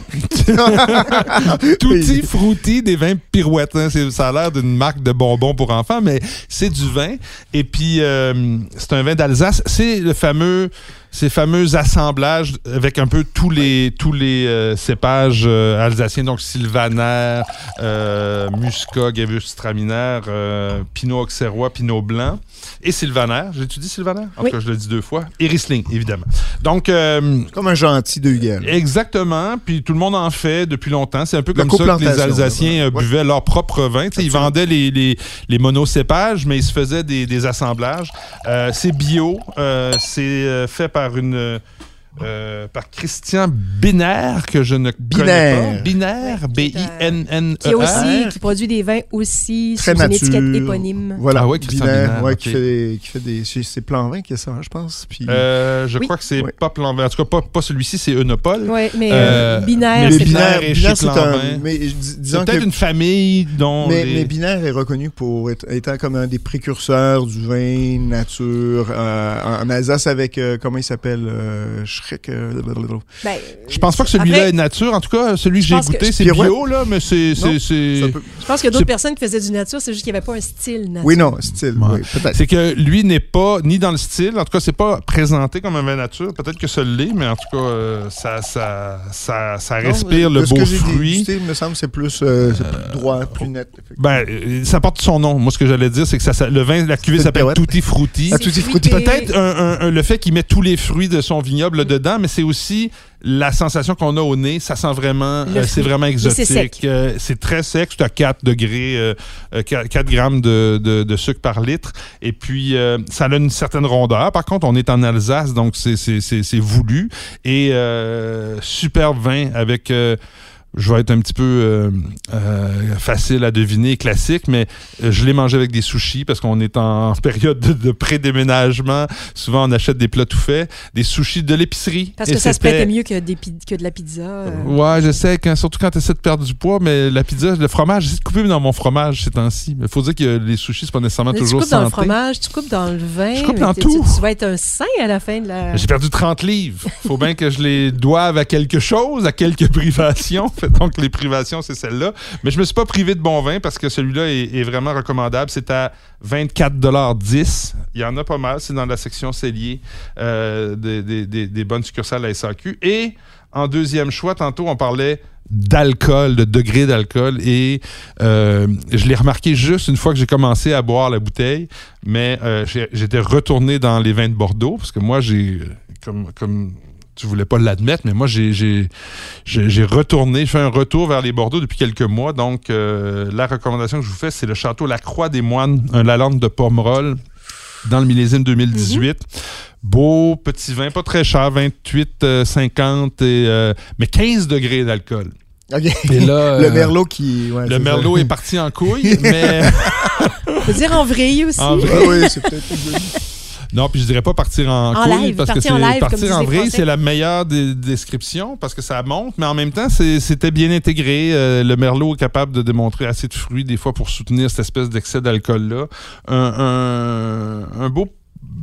S2: Tutti Frutti des vins pirouettes. hein. C'est- Ça a l'air d'une marque de bonbons pour enfants, mais c'est du vin. Et puis, euh, c'est un vin d'Alsace. C'est le fameux, ces fameux assemblages avec un peu tous les, tous les euh, cépages euh, alsaciens, donc sylvaner, euh, muscat, gewürztraminer, euh, pinot auxerrois, pinot blanc et sylvaner. J'étudie sylvaner? En
S3: Oui.
S2: tout cas, je le dis deux fois. Et Riesling, évidemment. Donc, euh,
S4: Comme un gentil de Huguel.
S2: Exactement, puis tout le monde en fait depuis longtemps. C'est un peu
S4: La
S2: comme ça que les
S4: coplantation,
S2: Alsaciens euh,
S4: ouais.
S2: buvaient leur propre vin. Tu sais, Ils
S4: Absolument.
S2: vendaient les, les, les monocépages, mais ils se faisaient des, des assemblages. Euh, c'est bio, euh, c'est euh, fait par une... euh, par Christian Binaire, que je ne connais
S4: Binaire.
S2: pas. Binaire,
S3: Ouais, qui est, euh,
S2: B-I-N-N-E-R.
S3: Qui, est aussi, qui produit des vins aussi
S4: Très
S3: sous
S4: nature.
S3: une étiquette éponyme.
S4: Voilà.
S2: Ah ouais, Christian
S4: Binaire,
S2: Binaire,
S4: ouais,
S2: ok.
S4: qui, fait des, qui fait des. C'est c'est plan 20 qui est ça, je pense. Puis
S2: Euh, je
S3: Oui.
S2: crois que c'est
S4: Ouais.
S2: pas Planvin. En tout cas, pas, pas celui-ci, c'est Eunopole.
S3: Oui, mais
S2: Euh,
S3: euh, binaire.
S2: mais
S4: le
S3: c'est-
S2: Binaire
S4: binaire,
S2: est
S4: binaire,
S2: chez
S4: c'est
S2: Clanvin.
S4: un. Mais dis- disons
S2: C'est
S4: que.
S2: peut-être une famille dont...
S4: Mais,
S2: les-
S4: mais Binaire est reconnu pour être, étant comme un des précurseurs du vin nature euh, en- en Alsace avec, euh, comment il s'appelle, euh, Schreck, euh, blablabla.
S3: ben,
S2: Je pense pas que celui-là
S3: Après-
S2: est nature. En tout cas, celui que
S3: Je
S2: j'ai
S3: pense que-
S2: goûté, c'est
S4: Pirouette.
S2: bio, là, mais c'est. c'est- c'est-
S4: C'est un peu-
S3: je pense qu'il y a
S2: C'est-
S3: d'autres personnes qui faisaient du nature, c'est juste qu'il n'y avait pas un style nature.
S4: Oui, non, style,
S2: Ouais.
S4: oui, peut-être.
S2: C'est que lui n'est pas ni dans le style, en tout cas, c'est pas présenté comme un vin nature. Peut-être que ça l'est, mais en tout cas, euh, ça, ça, ça, ça
S4: Non, euh,
S2: respire
S4: de
S2: le
S4: ce
S2: beau
S4: que j'ai
S2: fruit.
S4: dégusté, il me semble que c'est plus, euh, c'est plus droit, plus net.
S2: Ben, euh, ça porte son nom. Moi, ce que j'allais dire, c'est que ça, ça- le vin, la cuvée
S4: C'est une
S2: s'appelle
S4: pirouette.
S2: Tutti Frutti.
S4: Ah, tout est
S3: fruité.
S4: fruité.
S2: Peut-être un- un- un- le fait qu'il met tous les fruits de son vignoble dedans, mais c'est aussi la sensation qu'on a au nez. Ça sent vraiment,
S3: Le
S2: euh, c'est
S3: fruit.
S2: vraiment
S3: c'est
S2: exotique.
S3: sec.
S2: Euh, C'est très sec, c'est à 4 degrés, euh, euh, 4, grammes de, de- de sucre par litre. Et puis, euh, ça a une certaine rondeur. Par contre, on est en Alsace, donc c'est- c'est c'est- c'est voulu. Et euh, superbe vin avec... euh, je vais être un petit peu euh, euh, facile à deviner, classique, mais euh, je l'ai mangé avec des sushis parce qu'on est en période de, de pré-déménagement. Souvent, on achète des plats tout faits, des sushis de l'épicerie.
S3: Parce
S2: Et
S3: que ça se
S2: c'était-
S3: prêtait mieux que, des pi- que de la pizza. euh.
S2: Ouais, je sais, quand- surtout quand tu essaies de perdre du poids, mais la pizza, le fromage, j'essaie de couper dans mon fromage ces temps-ci. Il faut dire que les sushis, c'est pas nécessairement
S3: Là, Euh, tu
S2: toujours
S3: coupes dans le
S2: santé.
S3: fromage, tu coupes dans le vin.
S2: Je coupe
S3: mais
S2: dans
S3: tu-
S2: tout.
S3: Tu, tu vas être un saint à la fin de la.
S2: J'ai perdu 30 livres. Faut bien que je les doive à quelque chose, à quelques privations. Fait Donc, les privations, c'est celle-là. Mais je me suis pas privé de bon vin parce que celui-là est, est vraiment recommandable. C'est à 24,10 Il y en a pas mal. C'est dans la section cellier euh, des, des- des- des bonnes succursales à SAQ. Et en deuxième choix, tantôt, on parlait d'alcool, de degré d'alcool. Et euh, je l'ai remarqué juste une fois que j'ai commencé à boire la bouteille. Mais euh, j'ai- j'étais retourné dans les vins de Bordeaux parce que moi, j'ai. Comme, comme tu voulais pas l'admettre, mais moi, j'ai- j'ai j'ai j'ai retourné, j'ai fait un retour vers les Bordeaux depuis quelques mois. Donc, euh, la recommandation que je vous fais, c'est le château La Croix des Moines, un Lalande de Pomerol, dans le millésime 2018.
S4: Mm-hmm.
S2: Beau petit vin, pas très cher, 28, euh, 50, et, euh, mais 15 degrés d'alcool.
S4: OK.
S2: Et là,
S4: le
S2: euh,
S4: merlot qui. ouais,
S2: le
S4: c'est ça.
S2: merlot est parti en couille, mais
S3: On peut dire en vrille aussi.
S2: En vrille.
S4: Ah oui, c'est peut-être.
S2: Non, puis je dirais pas partir en,
S3: En
S2: couille,
S3: live,
S2: parce que c'est
S3: partir en live, comme
S2: partir
S3: disent
S2: en
S3: les
S2: vrai,
S3: Français.
S2: c'est la meilleure des descriptions parce que ça monte, mais en même temps, c'est- c'était bien intégré. Euh, le merlot est capable de démontrer assez de fruits des fois pour soutenir cette espèce d'excès d'alcool là. Un, un- un beau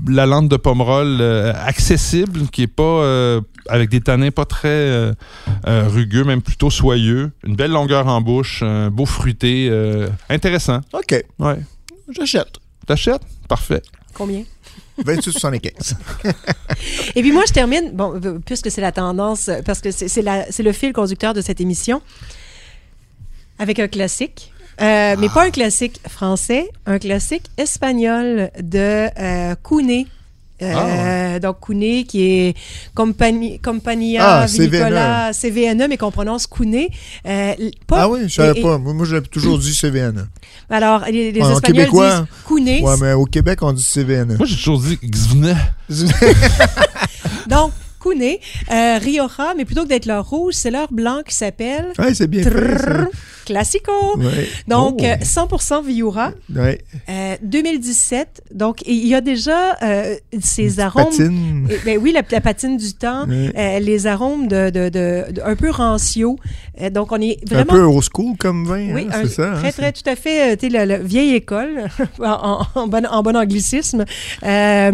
S2: la lande de Pomerol euh, accessible, qui est pas euh, avec des tanins pas très euh, euh, rugueux, même plutôt soyeux. Une belle longueur en bouche, un beau fruité, euh, intéressant.
S4: OK,
S2: Ouais,
S4: j'achète.
S2: t'achètes, parfait.
S3: Combien?
S4: 28,75.
S3: Et puis moi, je termine, bon, euh, puisque c'est la tendance, euh, parce que c'est c'est la- c'est le fil conducteur de cette émission, avec un classique. Euh, Mais pas un classique français, un classique espagnol de euh, Cuné. Euh,
S2: Ah,
S3: Donc, Cuné, qui est Compagni- Compagnia
S4: Ah,
S3: Vinicola CVNE, E, mais qu'on prononce Cuné. Euh, l- pas-
S4: E. Ah oui, je
S3: et-
S4: savais
S3: et-
S4: pas. Moi, moi, j'ai toujours dit CVN.
S3: Alors, les, les
S4: Ouais, en
S3: Espagnols
S4: québécois, hein.
S3: disent Cuné.
S4: Ouais, mais au Québec, on dit CVN.
S2: Moi, j'ai toujours dit Xvenet.
S3: Donc, Cuné, euh, Rioja, mais plutôt que d'être leur rouge, c'est leur blanc qui s'appelle
S4: ouais, c'est bien fait. ça.
S3: Trrrr. Classico.
S4: Ouais,
S3: Donc,
S2: Oh.
S3: euh, 100% Viura,
S4: ouais.
S3: euh, 2017. Donc, il y a déjà euh, ces arômes.
S4: Patine.
S3: Eh ben oui, la, la patine du temps,
S4: Ouais.
S3: euh, les arômes de, de- de- de- un peu ranciaux. Euh, donc, on est
S4: Un
S3: vraiment.
S4: peu old school comme vin,
S3: Oui,
S4: hein,
S3: un-
S4: c'est ça. hein,
S3: très,
S4: c'est-
S3: très, tout à fait, euh, tu sais, la, la vieille école, en, en- en bon, en bon anglicisme. Euh,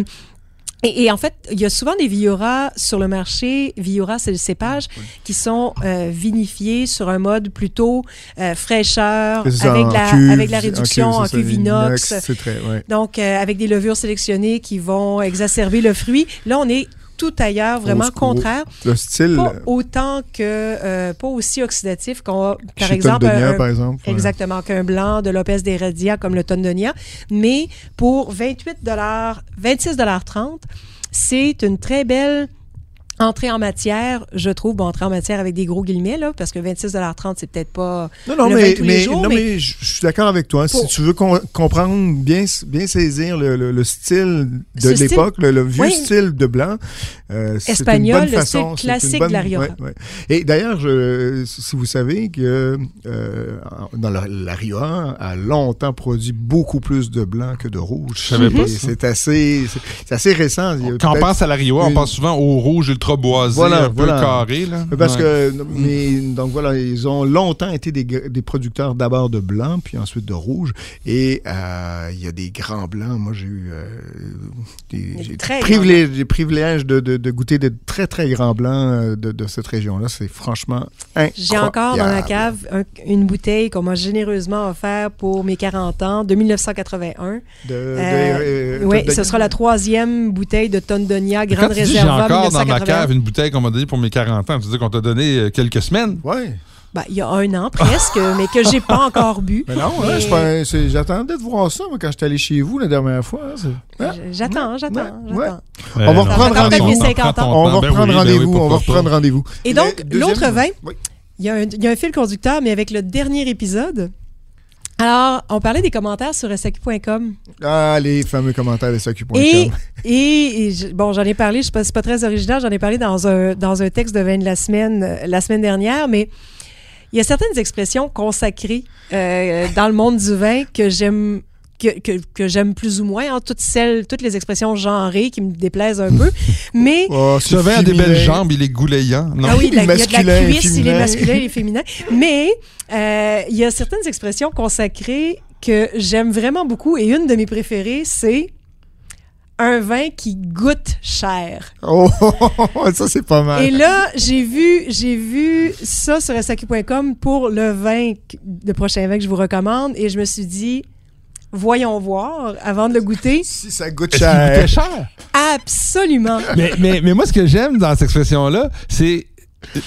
S3: et, et en fait, il y a souvent des Viura sur le marché. Viura, c'est le cépage, qui sont euh, vinifiés sur un mode plutôt euh, fraîcheur,
S4: c'est ça,
S3: avec,
S4: en
S3: la,
S4: cuve,
S3: avec la
S4: cuve,
S3: réduction
S4: c'est
S3: en
S4: ça,
S3: cuve inox.
S4: C'est très, ouais.
S3: Donc, euh, avec des levures sélectionnées qui vont exacerber le fruit. Là, on est tout ailleurs, vraiment
S4: se trouve-
S3: contraire.
S4: Le style,
S3: Pas autant que, euh, pas aussi oxydatif qu'on, par
S4: chez
S3: exemple,
S4: Tondegna,
S3: un-
S4: par exemple. ouais.
S3: Exactement, qu'un blanc de Lopez des Radia comme le Tondonia. Mais pour 28 26,30 c'est une très belle entrée en matière, je trouve. Bon, entrée en matière avec des gros guillemets, là, parce que 26,30 c'est peut-être pas.
S4: Non, non,
S3: le vin
S4: mais,
S3: tous les
S4: mais,
S3: jours,
S4: non,
S3: mais-
S4: mais je je suis d'accord avec toi. Si
S3: Pour-
S4: tu veux com- comprendre, bien, s- bien saisir le, le- le style de
S3: Ce style-
S4: l'époque, le, le vieux
S3: Oui.
S4: style de blanc, euh, c'est
S3: Espagnol,
S4: une
S3: le
S4: bonne façon.
S3: style
S4: c'est une
S3: classique
S4: bonne-
S3: de la Rioja.
S4: ouais, ouais. Et d'ailleurs, je- si vous savez que euh, en- dans la, la Rioja a longtemps produit beaucoup plus de blanc que de rouge.
S2: Je savais pas
S4: Et
S2: ça.
S4: C'est assez, c'est- c'est assez récent. Il y a
S2: Quand on
S4: peut-être-
S2: pense à la Rioja, on
S4: une-
S2: pense souvent au rouge ultra boisé,
S4: Voilà,
S2: un peu
S4: voilà.
S2: carré. Là.
S4: Mais Parce
S2: Ouais.
S4: que, mais, donc voilà, ils ont longtemps été des, gr- des producteurs d'abord de blanc, puis ensuite de rouge. Et euh, il y a des grands blancs. Moi, j'ai eu euh,
S3: Des
S4: des, j'ai
S3: très
S4: privilèges, des privilèges de, de- de goûter des très, très grands blancs euh, de, de cette région-là. C'est franchement incroyable.
S3: J'ai encore dans la cave un- une bouteille qu'on m'a généreusement offert pour mes 40 ans de 1981.
S4: De- de-
S3: Euh,
S4: euh,
S3: oui,
S4: de-
S3: ce sera la troisième bouteille de Tondonia
S2: Quand
S3: Grande
S2: tu dis j'ai
S3: Réserva
S2: encore dans ma
S3: 1981.
S2: cave une bouteille qu'on m'a donnée pour mes 40 ans, tu dis qu'on t'a donné euh, quelques semaines.
S4: Ouais.
S3: Ben, il y a un an presque, mais que j'ai pas encore bu.
S4: Mais non, hein,
S3: Mais-
S4: je pense- c'est- j'attendais de voir ça moi, quand j'étais allé chez vous la dernière fois. hein, c'est- hein?
S3: J'attends,
S4: Ouais,
S3: j'attends,
S4: ouais.
S3: j'attends.
S2: Euh,
S4: va
S2: non,
S4: reprendre
S2: prends
S4: rendez-vous.
S2: ton temps,
S3: 50 ans.
S2: prends ton
S4: On va
S2: temps. Ben
S4: reprendre
S2: oui, ben oui,
S4: rendez-vous. on va
S2: pourquoi pas.
S4: reprendre rendez-vous.
S3: Et
S4: Mais
S3: donc,
S4: deuxième-
S3: l'autre vin,
S4: Oui.
S3: il y, a un, il y a un fil conducteur, mais avec le dernier épisode. Alors, on parlait des commentaires sur SAQ.com.
S4: Ah, les fameux commentaires de SAQ.com.
S3: Et, et, et je- bon, j'en ai parlé, je sais pas, c'est pas très original, j'en ai parlé dans un, dans un texte de vin de la semaine, euh, la semaine dernière, mais il y a certaines expressions consacrées euh, dans le monde du vin que j'aime que, que- que j'aime plus ou moins, hein, toutes celles, toutes les expressions genrées qui me déplaisent un peu, mais
S4: Oh,
S2: Ce vin a des belles jambes, il est goulayant. Non.
S3: ah oui,
S4: Il est
S3: la- il y a de la
S4: masculin,
S3: cuisse, il est
S4: féminin.
S3: masculin, il est féminin. Mais euh, il y a certaines expressions consacrées que j'aime vraiment beaucoup et une de mes préférées, c'est un vin qui goûte cher.
S4: Oh, ça, c'est pas mal.
S3: Et là, j'ai vu, j'ai vu ça sur SAQ.com pour le vin, que- le prochain vin que je vous recommande et je me suis dit, voyons voir avant de le goûter.
S4: Si ça goûte
S2: Est-ce qu'il
S4: cher.
S2: coûtait cher?
S3: Absolument.
S2: mais, mais, mais moi, ce que j'aime dans cette expression-là, c'est euh,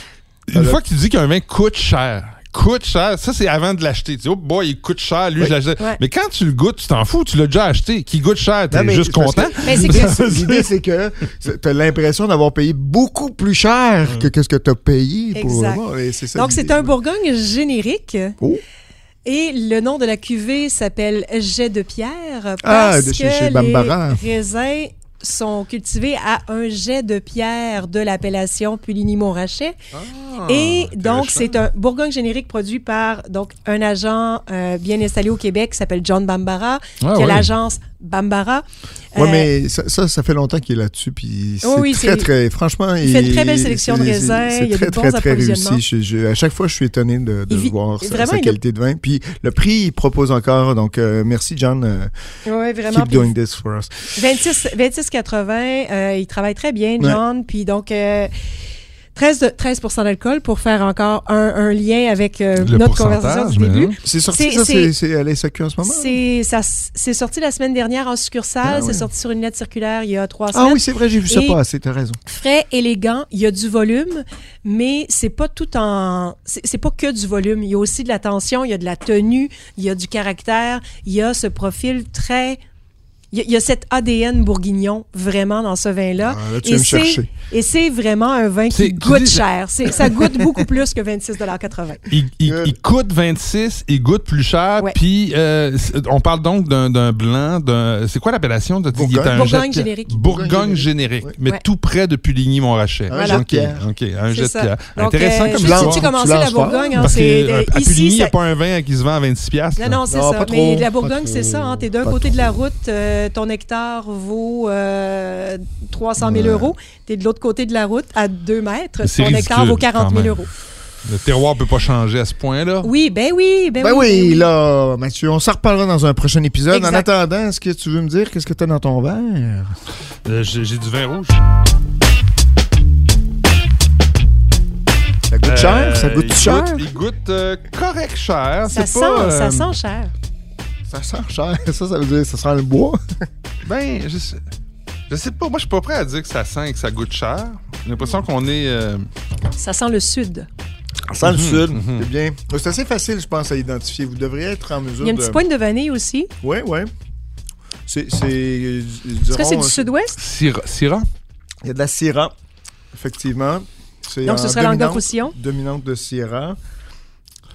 S2: une
S4: Alors-
S2: fois que tu dis qu'un vin coûte cher, coûte cher, ça, c'est avant de l'acheter. Tu dis, oh boy, il coûte cher, lui,
S4: Oui.
S2: je l'achète.
S3: Ouais.
S2: Mais quand tu le goûtes, tu t'en fous, tu l'as déjà acheté. Qui goûte cher,
S4: Non,
S2: t'es
S4: mais
S2: juste
S4: c'est parce
S2: content.
S4: que-
S3: Mais c'est que-
S4: Ça, L'idée, c'est que c'est- t'as l'impression d'avoir payé beaucoup plus
S2: Mm.
S4: cher que, que ce que t'as payé pour
S3: Exact.
S4: avoir. Et c'est ça
S3: Donc,
S4: l'idée.
S3: c'est un Bourgogne générique.
S4: Oh.
S3: Et le nom de la cuvée s'appelle Jet de pierre parce
S4: Ah, de chez-
S3: que
S4: chez Bambara.
S3: les raisins sont cultivés à un jet de pierre de l'appellation Puligny-Montrachet.
S4: Ah,
S3: et donc,
S4: intéressant.
S3: c'est un Bourgogne générique produit par donc, un agent euh, bien installé au Québec qui s'appelle John Bambara,
S2: Ah,
S3: qui
S2: ouais.
S3: est l'agence Bambara.
S4: Ouais,
S3: Euh,
S4: mais ça, ça, ça fait longtemps qu'il est là-dessus, puis c'est
S3: oui,
S4: très,
S3: c'est-
S4: très, franchement,
S3: il fait une très belle sélection de
S4: c'est-
S3: raisins,
S4: c'est
S3: il y a
S4: très,
S3: des bons
S4: très, très
S3: approvisionnements.
S4: réussi. Je- je- à chaque fois, je suis étonné de, de
S3: Il vit-
S4: voir sa,
S3: vraiment,
S4: sa
S3: il a-
S4: qualité de vin. Puis le prix, il propose encore, donc euh, merci John, euh,
S3: ouais, vraiment.
S4: keep doing this for us.
S3: 26 26,80, euh, il travaille très bien,
S4: Ouais.
S3: John. Puis donc, euh, 13, de- 13 d'alcool pour faire encore un, un lien avec euh,
S2: Le
S3: notre
S2: pourcentage,
S3: conversation du
S2: mais hein,
S3: début.
S2: non.
S4: C'est sorti,
S3: C'est-
S4: ça,
S3: c'est-
S4: c'est c'est à la SAQ en ce moment?
S3: C'est ça s- c'est sorti la semaine dernière en succursale.
S4: Ah
S3: c'est
S4: ouais.
S3: sorti sur une lettre circulaire il y a trois
S4: Ah
S3: semaines.
S4: oui, c'est vrai, j'ai vu ça
S3: Et-
S4: passer, t'as raison.
S3: Frais, élégant, il y a du volume, mais c'est pas tout en. C'est c'est pas que du volume. Il y a aussi de la tension, il y a de la tenue, il y a du caractère, il y a ce profil très. Il y a, il y a cet ADN bourguignon vraiment dans ce vin-là.
S4: Ah, là, tu
S3: Et
S4: viens me
S3: c'est-
S4: chercher.
S3: Et c'est vraiment un vin
S2: C'est-
S3: qui
S2: tu
S3: goûte
S2: dis-
S3: cher. C'est- Ça goûte beaucoup plus que 26,80
S2: Il, il-
S4: Euh,
S2: il coûte 26, il goûte plus cher.
S3: Ouais.
S2: Puis, euh, c'est- on parle donc d'un d'un blanc, d'un. C'est quoi l'appellation de
S4: Bourgogne.
S2: il est un jet
S3: Bourgogne
S2: de pierre.
S3: générique.
S2: Bourgogne
S4: Bourgogne
S2: générique,
S4: générique.
S2: mais
S3: Ouais.
S2: tout près de Puligny-Montrachet.
S4: Un
S3: Voilà.
S4: jet de pierre.
S2: OK, un
S3: C'est
S2: jet de
S3: ça.
S2: pierre.
S3: Donc,
S2: Intéressant
S3: euh,
S2: comme
S3: juste
S4: histoire.
S3: as-tu
S4: Tu
S3: commencé
S4: lances
S3: la
S4: fort,
S3: Bourgogne? hein,
S2: Parce
S3: c'est-
S2: que, euh, à- à
S3: ici,
S2: Puligny, il n'y a
S3: ça-
S2: pas un vin qui se vend à 26 piastres.
S3: Non, non, c'est
S4: Non,
S3: ça.
S4: pas trop,
S3: mais la
S4: pas
S3: Bourgogne,
S4: trop,
S3: c'est ça. Hein, T'es d'un
S4: pas
S3: côté de
S4: trop.
S3: la route, euh, ton hectare vaut euh, 300 000
S4: Ouais.
S3: euros. T'es de l'autre côté de la route, à 2 mètres,
S2: C'est
S3: ton hectare
S2: ridicule,
S3: vaut 40 000
S2: quand même.
S3: euros.
S2: Le terroir peut pas changer à ce point-là.
S3: Oui, ben oui, ben,
S4: Ben
S3: oui. ben
S4: oui, là, Mathieu, on s'en reparlera dans un prochain épisode. En
S3: Exact.
S4: attendant, est-ce que tu veux me dire qu'est-ce que t'as dans ton verre?
S2: Euh, J'ai j'ai du vin rouge.
S4: Ça goûte cher? Ça
S2: Euh,
S4: goûte
S2: il
S4: cher?
S2: Il goûte euh, correct cher.
S3: Ça,
S2: C'est
S3: sent,
S2: pas, euh,
S3: ça sent cher.
S4: Ça sent cher. Ça, ça veut dire ça sent le bois.
S2: Ben, je sais, je sais pas. Moi, je suis pas prêt à dire que ça sent et que ça goûte cher. J'ai l'impression qu'on est. euh,
S3: Ça sent le sud.
S4: Ça sent le sud.
S2: mhm.
S4: C'est bien. C'est assez facile, je pense, à identifier. Vous devriez être en mesure
S3: Il y a une
S4: de...
S3: petite pointe de vanille
S4: euh,
S3: aussi.
S4: Oui, oui. C'est... c'est euh,
S3: Est-ce que c'est
S4: dirons,
S3: du sud-ouest?
S2: Syrah. Syrah?
S4: Il y a de la Syrah, effectivement. C'est
S3: Donc, ce
S4: en
S3: serait l'angle
S4: dominante-
S3: position.
S4: Dominante de Syrah.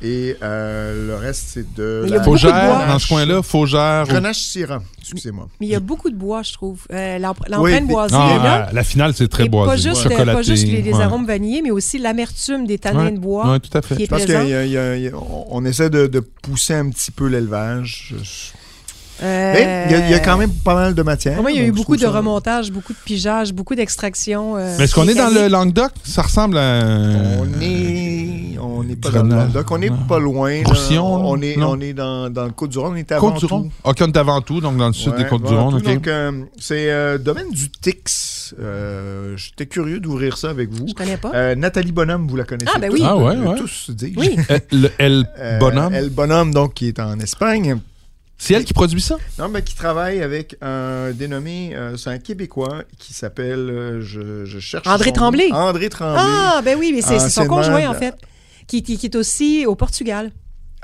S4: Et euh, le reste, c'est de...
S3: Il y a
S4: la-
S3: Ah, beaucoup de
S2: Faugère,
S3: bois.
S2: dans ce coin-là, Faugère. ou-
S4: Grenache Syrah, excusez-moi.
S3: Mais il y a beaucoup de bois, je trouve. Euh, l'empre-
S4: Oui,
S3: L'empreinte
S4: mais-
S3: boisée
S2: Ah,
S3: est là.
S2: ah, la finale, c'est très
S3: Et pas
S2: boisé.
S3: juste, euh,
S2: Chocolaté.
S3: pas juste les, les
S2: ouais.
S3: arômes vanillés, mais aussi l'amertume des tanins
S2: Ouais,
S3: de bois
S2: ouais, tout à fait.
S3: qui est
S4: Je pense
S3: présente.
S4: qu'on essaie de, de pousser un petit peu l'élevage. Je-
S3: Euh,
S4: Mais il y, a- il y a quand même pas mal de matière.
S3: pour moi, il y a eu
S4: donc je
S3: beaucoup
S4: trouve
S3: de
S4: ça-
S3: remontages, beaucoup de pigeages, beaucoup d'extractions. euh,
S2: Mais est-ce qu'on est dans le
S3: mécaniques.
S2: Languedoc? Ça ressemble à. un-
S4: On est, on est pas
S2: Grenade.
S4: dans le Languedoc, on
S2: Non.
S4: est pas loin. là.
S2: Roussillon,
S4: on est,
S2: non.
S4: on est dans, dans le Côte-du-Rhône, on est à
S2: Côte-du-Rhône. Ok, on est à Ventoux, donc dans le sud des Côtes-du-Rhône. ok.
S4: Donc, euh, c'est euh, domaine du Tix. Euh, J'étais curieux d'ouvrir ça avec vous.
S3: Je connais pas.
S4: Euh, Nathalie Bonhomme, vous la connaissez
S3: Oh. Ah, ben
S4: tous,
S3: oui.
S2: Ah, ouais,
S4: euh,
S2: ouais.
S4: tous, dis-je.
S3: Oui.
S2: Euh, le El
S4: Euh,
S2: Bonhomme.
S4: Elle Bonhomme, donc, qui est en Espagne.
S2: C'est elle qui produit ça?
S4: Non, mais qui travaille avec un dénommé, euh, c'est un Québécois qui s'appelle, euh, je, je cherche.
S3: André
S4: son nom.
S3: Tremblay.
S4: André Tremblay. Ah,
S3: Ah, ben oui, mais c'est
S4: Ah,
S3: c'est son
S4: c'est
S3: conjoint, en
S4: mal.
S3: fait, qui, qui- qui est aussi au Portugal,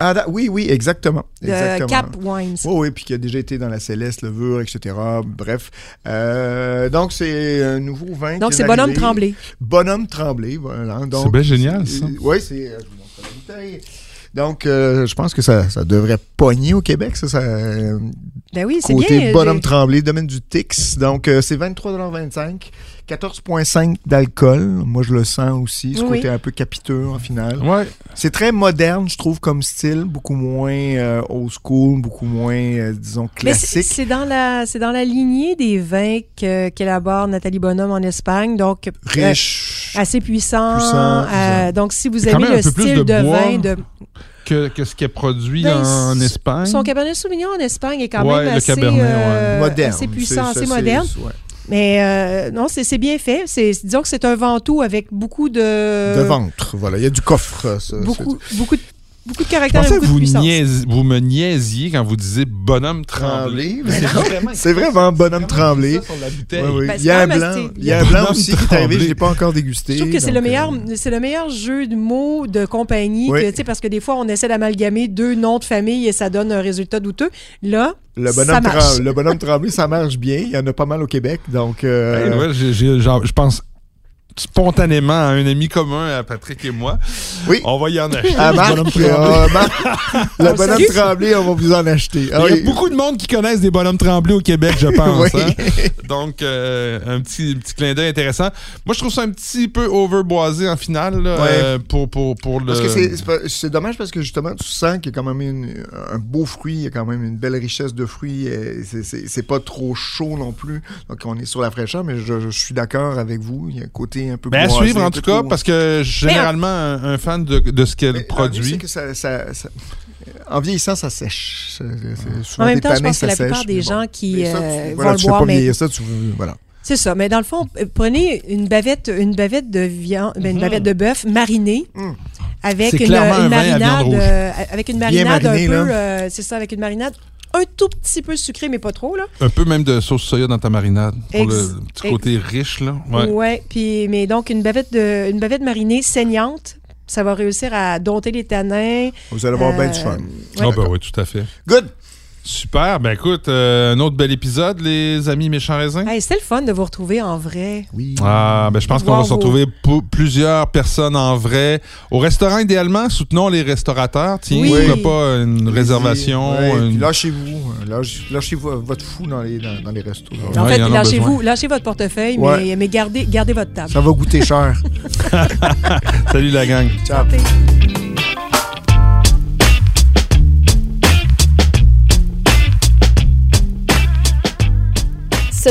S4: da- oui, oui, exactement.
S3: de
S4: exactement. Oh,
S3: Cap Wines.
S4: Oui, oui, puis qui a déjà été dans la Céleste, Levure, etc. Bref. Euh, donc, c'est un nouveau vin.
S3: Donc,
S4: qui
S3: c'est
S4: est
S3: Bonhomme
S4: arrivé.
S3: Tremblay.
S4: Bonhomme Tremblay, voilà.
S2: C'est bien génial, ça.
S4: Oui, c'est. euh, je vous montre la bouteille. Donc, euh, je pense que ça, ça devrait pogner au Québec, ça. ça euh,
S3: Ben oui, c'est
S4: côté
S3: bien.
S4: Bonhomme
S3: j'ai-
S4: Tremblay, domaine du Tix. Donc, euh, c'est 23,25 14,5 d'alcool. Moi, je le sens aussi, ce
S3: Oui.
S4: côté un peu capiteux en finale.
S2: Ouais.
S4: C'est très moderne, je trouve, comme style. Beaucoup moins euh, old school, beaucoup moins, euh, disons,
S3: Mais c'est-
S4: classique.
S3: c'est dans la c'est dans la lignée des vins que- qu'élabore Nathalie Bonhomme en Espagne, donc euh,
S4: Riche.
S3: assez puissant.
S4: Puissant,
S3: euh,
S4: puissant.
S3: donc si vous
S2: Quand
S3: aimez
S2: même un
S3: le
S2: peu plus
S3: style
S2: de
S3: de,
S2: bois.
S3: vin de
S2: Que, que ce qui est produit
S3: Ben,
S2: en
S3: s-
S2: Espagne.
S3: son Cabernet Sauvignon en Espagne est quand
S2: hein? Ouais, le
S3: même assez
S2: Cabernet, ouais.
S3: euh,
S4: moderne.
S3: assez puissant,
S4: C'est-
S3: assez
S4: ça,
S3: moderne.
S4: c'est- ouais.
S3: Mais euh, non, c'est c'est bien fait. C'est disons que c'est un ventoux avec beaucoup de
S4: De ventre, voilà. Il y a du coffre, ça.
S3: Euh, beaucoup beaucoup de, beaucoup de
S2: Je
S3: caractère, et
S2: pensais que
S3: beaucoup de
S2: vous,
S3: puissance.
S2: niaise- vous me niaisiez quand vous disiez bonhomme
S4: c'est-
S2: tremblé.
S4: mais
S2: C'est
S4: non.
S2: Ah, vraiment-
S4: C'est vraiment bonhomme tremblé.
S2: Ça sur la bouteille.
S4: Ouais, ouais.
S3: Ben, c'est
S4: Il y a
S3: quand
S4: un
S3: même
S4: blanc,
S3: assez-
S4: il y a un blanc aussi qui est arrivé, je
S2: Tremblé.
S4: l'ai pas encore dégusté.
S3: Je trouve que c'est
S4: donc,
S3: le meilleur,
S4: euh,
S3: c'est le meilleur jeu de mots de compagnie.
S4: Oui.
S3: que, tu sais, parce que des fois, on essaie d'amalgamer deux noms de famille et ça donne un résultat douteux. Là,
S4: Le
S3: ça
S4: bonhomme,
S3: marche.
S4: tremblé, le bonhomme tremblé, ça marche bien. Il y en a pas mal au Québec, donc. euh,
S2: Hey, Ben, ouais, j'ai- j'ai- genre, je pense spontanément à un ami commun, à Patrick et moi.
S4: Oui. Ah,
S2: On va y en acheter.
S4: à
S2: du
S4: Marc,
S2: bonhomme tremblé.
S4: euh, Marc,
S3: On
S4: le
S3: le
S4: bonhomme
S3: salue.
S4: tremblé, on va vous en acheter. Ah
S2: Il y
S4: oui.
S2: a beaucoup de monde qui connaissent des bonhommes tremblés au Québec, je pense.
S4: Oui.
S2: hein. Donc, euh, un petit, petit clin d'œil intéressant. Moi, je trouve ça un petit peu overboisé en finale là,
S4: Ouais.
S2: euh, pour, pour, pour le.
S4: Parce que c'est- c'est pas- c'est dommage parce que justement, tu sens qu'il y a quand même une- un beau fruit, il y a quand même une belle richesse de fruits. et c'est- C'est c'est pas trop chaud non plus. Donc, on est sur la fraîcheur, mais je, je suis d'accord avec vous. Il y a un côté un peu
S2: Ben, à
S4: boisé,
S2: suivre,
S4: un
S2: en
S4: peu
S2: tout cas,
S4: trop-
S2: parce que je suis
S3: Mais en-
S2: généralement un, un fan de, de ce
S4: Mais ah
S2: qu'elle
S4: l'ennui,
S2: produit.
S4: c'est que ça- ça- ça- En vieillissant, ça sèche. Ça-
S2: Ah.
S4: c'est- souvent
S3: en même
S4: des
S3: temps, je
S4: tanins,
S3: pense que
S4: ça
S3: la plupart
S4: sèche,
S3: des
S4: mais bon.
S3: gens qui
S4: Mais ça, tu-
S3: euh,
S4: voilà,
S3: vont
S4: tu
S3: le
S4: sais
S3: boire,
S4: pas
S3: mais
S4: vieillir ça, tu veux- voilà.
S3: c'est ça. Mais dans le fond, euh, prenez une bavette, une bavette de viande, ben, une bavette de bœuf marinée.
S4: Mm.
S3: Avec
S2: Mhm. C'est
S3: une,
S2: clairement
S3: une
S2: un vin à
S3: marinade,
S2: viande rouge.
S3: euh, avec une
S4: Bien
S3: marinade
S4: mariné,
S3: un peu,
S4: là.
S3: euh, c'est ça, avec une marinade un tout petit peu sucrée, mais pas trop là.
S2: Un peu même de sauce soya dans ta marinade. Pour
S3: Ex-
S2: le petit côté riche, là. Ouais.
S3: Ouais. puis mais donc une bavette de une bavette marinée saignante, ça va réussir à dompter les tanins.
S4: Vous allez avoir
S3: Euh,
S4: bien du fun.
S2: Ah,
S3: Ouais.
S2: ben oui, tout à fait.
S4: Good!
S2: Super. Ben écoute, euh, un autre bel épisode, les amis méchants raisins.
S3: Hey, c'était le fun de vous retrouver en vrai.
S4: Oui.
S2: Ah, ben je pense qu'on va
S3: Wow.
S2: se retrouver pou- plusieurs personnes en vrai. Au restaurant, idéalement, soutenons les restaurateurs. Tiens,
S3: Oui.
S2: pourquoi pas une réservation.
S4: Ouais, puis
S2: une-
S4: Lâchez-vous. hein. Lâche- Lâchez-vous votre fou dans les, dans, dans les restos.
S3: En
S2: Ouais,
S3: fait,
S2: il y en a
S3: lâchez-vous, lâchez votre portefeuille,
S4: Ouais.
S3: mais, mais gardez, gardez votre table.
S4: Ça va goûter cher.
S2: Salut la gang.
S4: Ciao.
S1: Ce